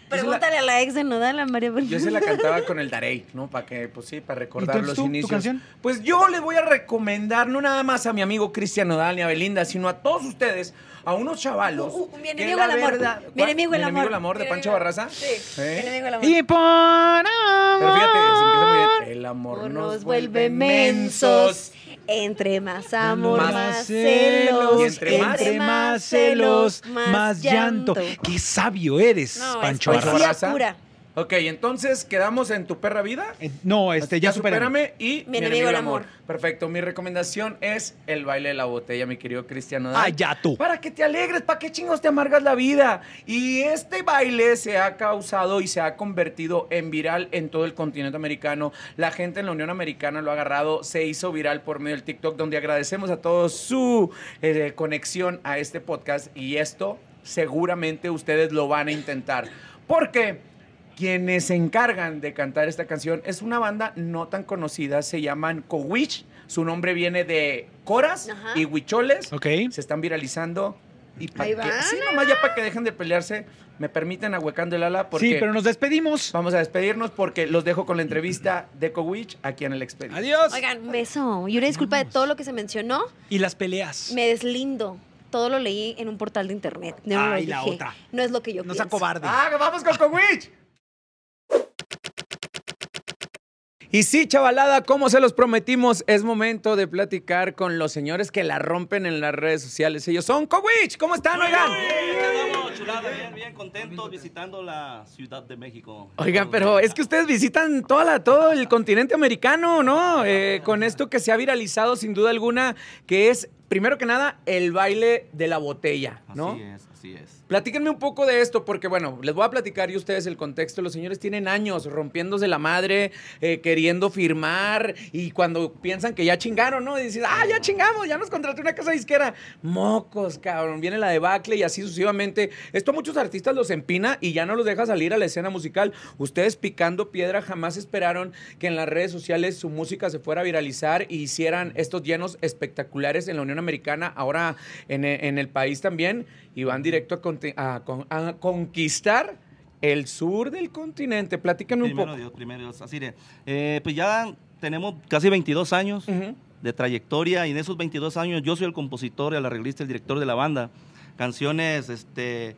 Speaker 3: Pregúntale a la ex de Nodal, a María
Speaker 2: Yo se la cantaba con el Darey, ¿no? Para que, pues sí, para recordar
Speaker 1: Entonces,
Speaker 2: los
Speaker 1: ¿tú? ¿Tu
Speaker 2: inicios.
Speaker 1: canción?
Speaker 2: Pues yo le voy a recomendar, no nada más a mi amigo Cristian Nodal ni a Belinda, sino a todos ustedes, a unos chavalos.
Speaker 3: Uh, uh, uh, mi
Speaker 2: que
Speaker 3: enemigo
Speaker 2: la
Speaker 3: el amor.
Speaker 2: verdad-
Speaker 3: Mi enemigo el
Speaker 2: ¿Mi
Speaker 3: amor.
Speaker 2: enemigo el amor de
Speaker 3: Mi
Speaker 2: Pancho
Speaker 3: enemigo-
Speaker 2: Barraza.
Speaker 3: Sí, <laughs>
Speaker 2: ¿Eh?
Speaker 3: mi enemigo el amor.
Speaker 1: Y por
Speaker 2: Pero fíjate, se empieza muy
Speaker 1: amor.
Speaker 2: bien. El
Speaker 3: Amor
Speaker 2: amor
Speaker 3: nos vuelve mensos. Entre más amor,
Speaker 1: Más
Speaker 3: más,
Speaker 1: celos.
Speaker 3: celos.
Speaker 2: Y entre más-
Speaker 1: Entre más celos, más llanto. Qué sabio eres,
Speaker 3: No, es
Speaker 1: Pancho
Speaker 2: Pancho
Speaker 1: Barraza.
Speaker 3: poesía
Speaker 2: Barraza.
Speaker 3: pura.
Speaker 2: Ok, entonces quedamos en tu perra vida.
Speaker 1: Eh, No, este, ya, supérame.
Speaker 2: y
Speaker 3: Mi enemigo el amor.
Speaker 2: Perfecto, mi recomendación es el baile de la botella, mi querido Cristiano.
Speaker 1: Ah, ya tú.
Speaker 2: Para que te alegres, para que chingos te amargas la vida. Y este baile se ha causado y se ha convertido en viral en todo el continente americano. La gente en la Unión Americana lo ha agarrado, se hizo viral por medio del TikTok, donde agradecemos a todos su eh, conexión a este podcast. Y esto seguramente ustedes lo van a intentar. Porque quienes se encargan de cantar esta canción es una banda no tan conocida, se llaman Cowich, su nombre viene de coras
Speaker 3: Ajá.
Speaker 2: y huicholes,
Speaker 1: Ok.
Speaker 2: se están viralizando y para
Speaker 3: Ahí
Speaker 2: que,
Speaker 3: van.
Speaker 2: sí, nomás ya para que dejen de pelearse, me permiten ahuecando el ala porque
Speaker 1: Sí, pero nos despedimos.
Speaker 2: vamos a despedirnos porque los dejo con la entrevista de Cowich aquí en el expediente.
Speaker 1: Adiós.
Speaker 3: Oigan, un beso. Y una disculpa de todo lo que se mencionó.
Speaker 1: Y las peleas.
Speaker 3: Me deslindo. Todo lo leí en un portal de internet. No lo
Speaker 1: Ay, la
Speaker 3: dije.
Speaker 1: otra.
Speaker 3: No es lo que yo
Speaker 1: No sea
Speaker 3: pienso.
Speaker 1: cobarde.
Speaker 2: ¡Ah, vamos con Cowich! Y sí, chavalada, como se los prometimos, es momento de platicar con los señores que la rompen en las redes sociales. Ellos son Cowich. ¿Cómo están, oigan?
Speaker 7: Estamos chulada, bien, bien contentos visitando la Ciudad de México.
Speaker 2: Oigan, pero es que ustedes visitan toda la- todo el continente americano, ¿no? Eh, con esto que se ha viralizado sin duda alguna, que es, primero que nada, el baile de la botella, ¿no?
Speaker 7: Así es, así es.
Speaker 2: Platíquenme un poco de esto, porque bueno, les voy a platicar y ustedes el contexto. Los señores tienen años rompiéndose la madre, eh, queriendo firmar, y cuando piensan que ya chingaron, ¿no? Y dicen, ah, ya chingamos, ya nos contrató una casa disquera. Mocos, cabrón, viene la debacle y así sucesivamente. Esto a muchos artistas los empina y ya no los deja salir a la escena musical. Ustedes picando piedra jamás esperaron que en las redes sociales su música se fuera a viralizar y hicieran estos llenos espectaculares en la Unión Americana, ahora en, e- en el país también, y van directo a, conti- a con- a conquistar el sur del continente. Platícanos un
Speaker 7: Primero
Speaker 2: poco.
Speaker 7: Dios, primero Dios. Así de, eh, pues ya tenemos casi 22 años
Speaker 2: Ujú.
Speaker 7: de trayectoria y en esos 22 años yo soy el compositor, el arreglista, el director de la banda. Canciones, este,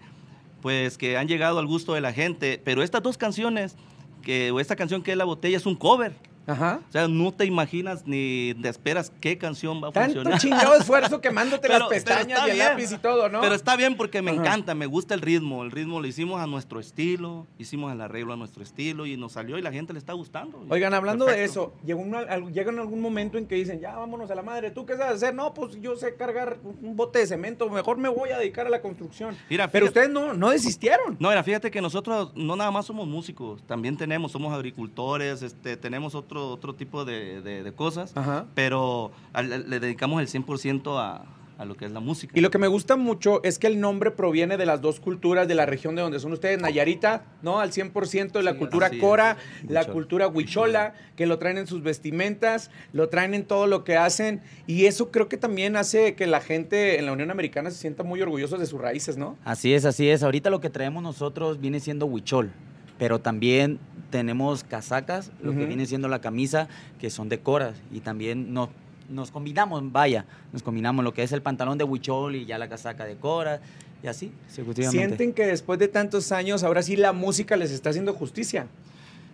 Speaker 7: pues que han llegado al gusto de la gente, pero estas dos canciones, que, o esta canción que es La Botella, es un cover.
Speaker 2: Ajá.
Speaker 7: O sea, no te imaginas ni te esperas qué canción va a
Speaker 2: Tanto
Speaker 7: funcionar.
Speaker 2: chingado esfuerzo quemándote
Speaker 7: <laughs> Pero-
Speaker 2: las
Speaker 7: pero
Speaker 2: pestañas
Speaker 7: está
Speaker 2: y el
Speaker 7: bien.
Speaker 2: lápiz y todo, ¿no?
Speaker 7: Pero está bien porque me
Speaker 2: Ajá.
Speaker 7: encanta, me gusta el ritmo. El ritmo lo hicimos a nuestro estilo, hicimos el arreglo a nuestro estilo y nos salió y la gente le está gustando.
Speaker 2: Oigan, hablando
Speaker 7: Perfecto.
Speaker 2: de eso, llegó un- al- llega en algún momento en que dicen, ya vámonos a la madre, ¿tú qué sabes hacer? No, pues yo sé cargar un un bote de cemento, mejor me voy a dedicar a la construcción.
Speaker 7: Mira,
Speaker 2: Pero
Speaker 7: fíjate-
Speaker 2: ustedes no, no desistieron.
Speaker 7: No, mira, fíjate que nosotros no nada más somos músicos, también tenemos, somos agricultores, este, tenemos otro, otro tipo de, de- de cosas,
Speaker 2: Ajá.
Speaker 7: pero al- le dedicamos el 100% a, a lo que es la música.
Speaker 2: Y lo que me gusta mucho es que el nombre proviene de las dos culturas de la región de donde son ustedes, Nayarita, ¿no? Al 100% de la
Speaker 7: Sí,
Speaker 2: cultura
Speaker 7: así es.
Speaker 2: cora, la
Speaker 7: Huichol.
Speaker 2: cultura huichola, que lo traen en sus vestimentas, lo traen en todo lo que hacen. Y eso creo que también hace que la gente en la Unión Americana se sienta muy orgullosa de sus raíces, ¿no?
Speaker 8: Así es, así es. Ahorita lo que traemos nosotros viene siendo huichol, pero también tenemos casacas, lo que
Speaker 2: Ujú.
Speaker 8: viene siendo la camisa, que son de coras, y también nos, nos combinamos, vaya, nos combinamos lo que es el pantalón de huichol y ya la casaca de coras, y así, consecutivamente.
Speaker 2: Sienten que después de tantos años, ahora sí la música les está haciendo justicia.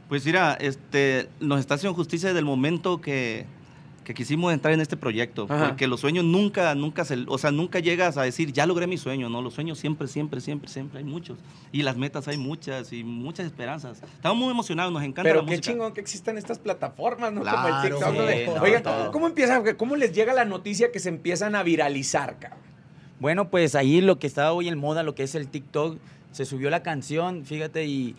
Speaker 7: Pues mira, este, nos está haciendo justicia desde el momento que, que quisimos entrar en este proyecto,
Speaker 2: Ajá.
Speaker 7: porque los sueños nunca, nunca, se, o sea, nunca llegas a decir, ya logré mi sueño, ¿no? Los sueños siempre, siempre, siempre, siempre hay muchos, y las metas hay muchas, y muchas esperanzas. Estamos muy emocionados, nos encanta
Speaker 2: Pero
Speaker 7: la
Speaker 2: qué
Speaker 7: música.
Speaker 2: chingón que existan estas plataformas, ¿no? Como el
Speaker 8: Claro,
Speaker 2: TikTok.
Speaker 8: sí,
Speaker 2: donde-
Speaker 8: no,
Speaker 2: Oigan,
Speaker 8: todo.
Speaker 2: ¿cómo empieza? ¿Cómo les llega la noticia que se empiezan a viralizar, cabrón?
Speaker 8: Bueno, pues ahí lo que estaba hoy en moda, lo que es el TikTok, se subió la canción, fíjate, y,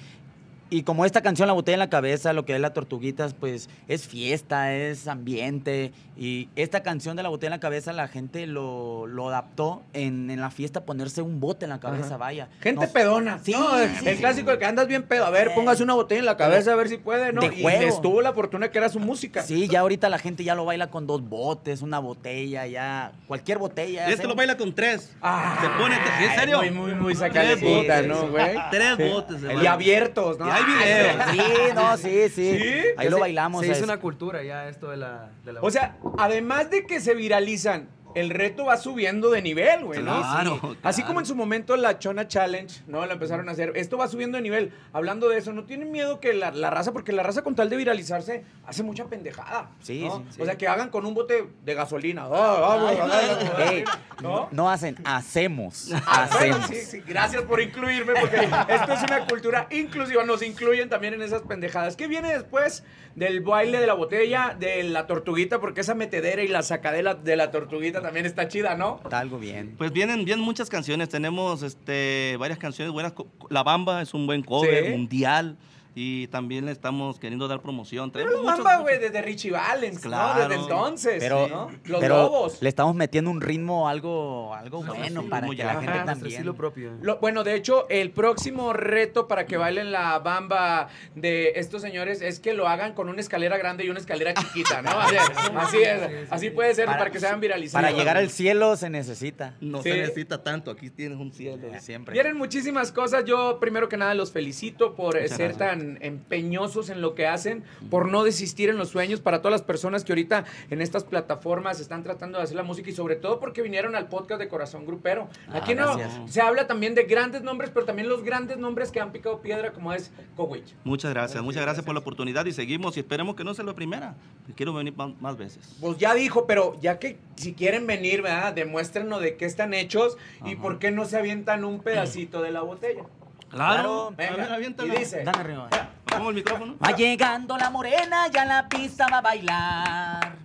Speaker 8: y como esta canción la boté en la cabeza, lo que es la tortuguitas, pues es fiesta, es ambiente. Y esta canción de la botella en la cabeza, la gente lo, lo adaptó en, en la fiesta, ponerse un bote en la cabeza, vaya.
Speaker 2: Gente
Speaker 8: No-
Speaker 2: pedona.
Speaker 8: Sí,
Speaker 2: No, el,
Speaker 8: sí,
Speaker 2: el
Speaker 8: sí.
Speaker 2: clásico de que andas bien pedo. A ver, póngase una botella en la cabeza a ver si puede, ¿no?
Speaker 8: De
Speaker 2: y
Speaker 8: juego.
Speaker 2: les tuvo la oportunidad que era su música.
Speaker 8: Sí, ya ahorita la gente ya lo baila con dos botes, una botella, ya. Cualquier botella.
Speaker 7: Este
Speaker 8: ¿sí?
Speaker 7: lo baila con tres.
Speaker 2: Ah,
Speaker 7: se pone, tres- ¿en serio?
Speaker 2: Muy, muy, muy
Speaker 7: Tres
Speaker 2: sacadecita,
Speaker 7: botes.
Speaker 2: ¿no, güey?
Speaker 7: Tres
Speaker 2: Sí.
Speaker 7: botes. se
Speaker 2: Y
Speaker 7: baila.
Speaker 2: abiertos, ¿no?
Speaker 7: Y hay videos.
Speaker 8: Sí, no, sí, sí.
Speaker 2: ¿Sí?
Speaker 8: Ahí lo bailamos.
Speaker 1: Se hizo
Speaker 8: ¿sabes?
Speaker 1: una cultura ya esto de la... de la-
Speaker 2: O sea, además de que se viralizan, el reto va subiendo de nivel, güey, ¿no?
Speaker 7: <laughs> Claro, claro.
Speaker 2: Así como en su momento la Chona Challenge, ¿no? La empezaron a hacer. Esto va subiendo de nivel. Hablando de eso, no tienen miedo que la, la raza, porque la raza con tal de viralizarse hace mucha pendejada.
Speaker 8: Sí,
Speaker 2: ¿no?
Speaker 8: sí, sí.
Speaker 2: O sea, que hagan con un bote de gasolina. Ah, ah, ah, ah, ah, ah,
Speaker 8: Ey,
Speaker 2: ¿No?
Speaker 8: ¿No? no hacen, hacemos.
Speaker 2: Ah, bueno,
Speaker 8: Hacemos.
Speaker 2: sí, sí, gracias por incluirme, porque esto es una cultura inclusiva. Nos incluyen también en esas pendejadas. ¿Qué viene después del baile de la botella, de la tortuguita? Porque esa metedera y la sacadela de la tortuguita también está chida, ¿no?
Speaker 8: Está algo bien.
Speaker 7: Pues vienen, vienen muchas canciones. Tenemos este, varias canciones buenas. Co- La Bamba es un buen cover
Speaker 2: Sí.
Speaker 7: mundial. Y también le estamos queriendo dar promoción.
Speaker 2: Pero
Speaker 7: Traemos
Speaker 2: la
Speaker 7: muchos-
Speaker 2: bamba, güey, desde Richie Valens,
Speaker 7: Claro.
Speaker 2: ¿no? Desde entonces,
Speaker 8: Pero,
Speaker 2: ¿no? Los
Speaker 8: pero
Speaker 2: lobos.
Speaker 8: le estamos metiendo un ritmo algo, algo bueno
Speaker 7: Pues sí,
Speaker 8: para
Speaker 7: muy
Speaker 8: que la
Speaker 7: ya.
Speaker 8: gente
Speaker 1: Ajá, nuestro
Speaker 8: también.
Speaker 1: estilo propio.
Speaker 2: Lo- bueno, de hecho, el próximo reto para que bailen la bamba de estos señores es que lo hagan con una escalera grande y una escalera chiquita,
Speaker 8: <laughs>
Speaker 2: ¿no? Así, así es, así puede ser para,
Speaker 8: Para-
Speaker 2: que sean viralizados.
Speaker 8: Para llegar al cielo se necesita.
Speaker 7: No
Speaker 2: Sí.
Speaker 7: se necesita tanto. Aquí tienes un cielo.
Speaker 8: Siempre.
Speaker 2: Vienen muchísimas cosas. Yo, primero que nada, los felicito por eh,
Speaker 7: Muchas
Speaker 2: ser tan empeñosos en lo que hacen, por no desistir en los sueños. Para todas las personas que ahorita en estas plataformas están tratando de hacer la música y sobre todo porque vinieron al podcast de Corazón Grupero.
Speaker 8: Ah,
Speaker 2: Aquí no
Speaker 8: gracias.
Speaker 2: se habla también de grandes nombres, pero también los grandes nombres que han picado piedra, como es Cowich.
Speaker 7: Muchas gracias, muchas gracias por la oportunidad y seguimos y esperemos que no sea la primera. Quiero venir ma- más veces.
Speaker 2: Pues ya dijo, pero ya que si quieren venir, ¿verdad? Demuéstrenos de qué están hechos y por qué no se avientan un pedacito de la botella.
Speaker 7: Claro, a ver,
Speaker 2: Venga, y
Speaker 7: aviéntala.
Speaker 2: dice...
Speaker 8: Dame arriba.
Speaker 7: Pongo el micrófono.
Speaker 8: Va llegando la morena, ya la pista va a bailar.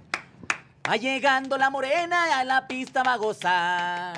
Speaker 8: Va llegando la morena, ya la pista va a gozar.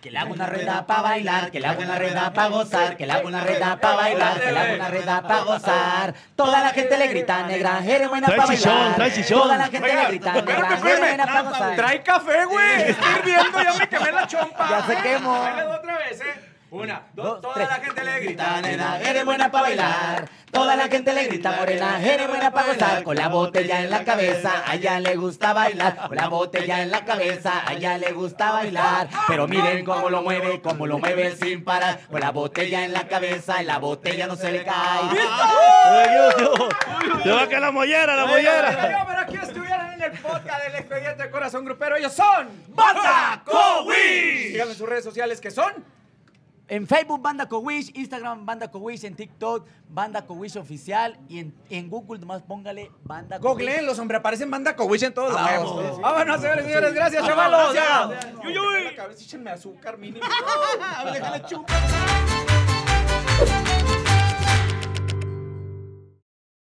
Speaker 8: Que le hago una reda pa' bailar, que le hago una reda pa' gozar, que le hago una reda pa' bailar, que le hago una reda pa' gozar. Toda la gente le grita, negra, eres buena
Speaker 7: Trae
Speaker 8: pa'
Speaker 7: chichón,
Speaker 8: bailar.
Speaker 7: trae chichón.
Speaker 8: Toda la gente le grita,
Speaker 2: espérame,
Speaker 8: negra, eres
Speaker 2: espérame.
Speaker 8: buena pa' gozar.
Speaker 2: Trae café, güey. Estoy hirviendo, ya me quemé la chompa.
Speaker 8: Ya se
Speaker 2: Eh,
Speaker 8: quemó.
Speaker 2: Dale otra vez, eh. Una, dos,
Speaker 8: Dos,
Speaker 2: toda
Speaker 8: tres.
Speaker 2: la gente le grita.
Speaker 8: grita, nena, eres buena para bailar. Toda la gente le grita, morena, eres buena para gozar. Con la botella en la cabeza, a ella le gusta bailar. Con la botella en la cabeza, a ella le gusta bailar. Pero miren cómo lo mueve, cómo lo mueve sin parar. Con la botella en la cabeza, y la botella no se le cae.
Speaker 7: Yo acá la mollera, la
Speaker 2: Pero, pero aquí estuvieron en el podcast del expediente Corazón Grupero. Ellos son Banda Cowi. Síganme en sus redes sociales que son.
Speaker 8: En Facebook, Banda Cowish, Instagram, Banda Cowish, en TikTok, Banda Cowish Oficial. Y en, Google, nomás póngale Banda
Speaker 2: Google, los hombres aparecen Banda Cowi en
Speaker 8: Ah,
Speaker 2: todos lados.
Speaker 8: huevo.
Speaker 2: Vámonos, señores, señores.
Speaker 8: Ah,
Speaker 2: Gracias, chavalos. Uy, <laughs> uy. Échenme azúcar mínimo.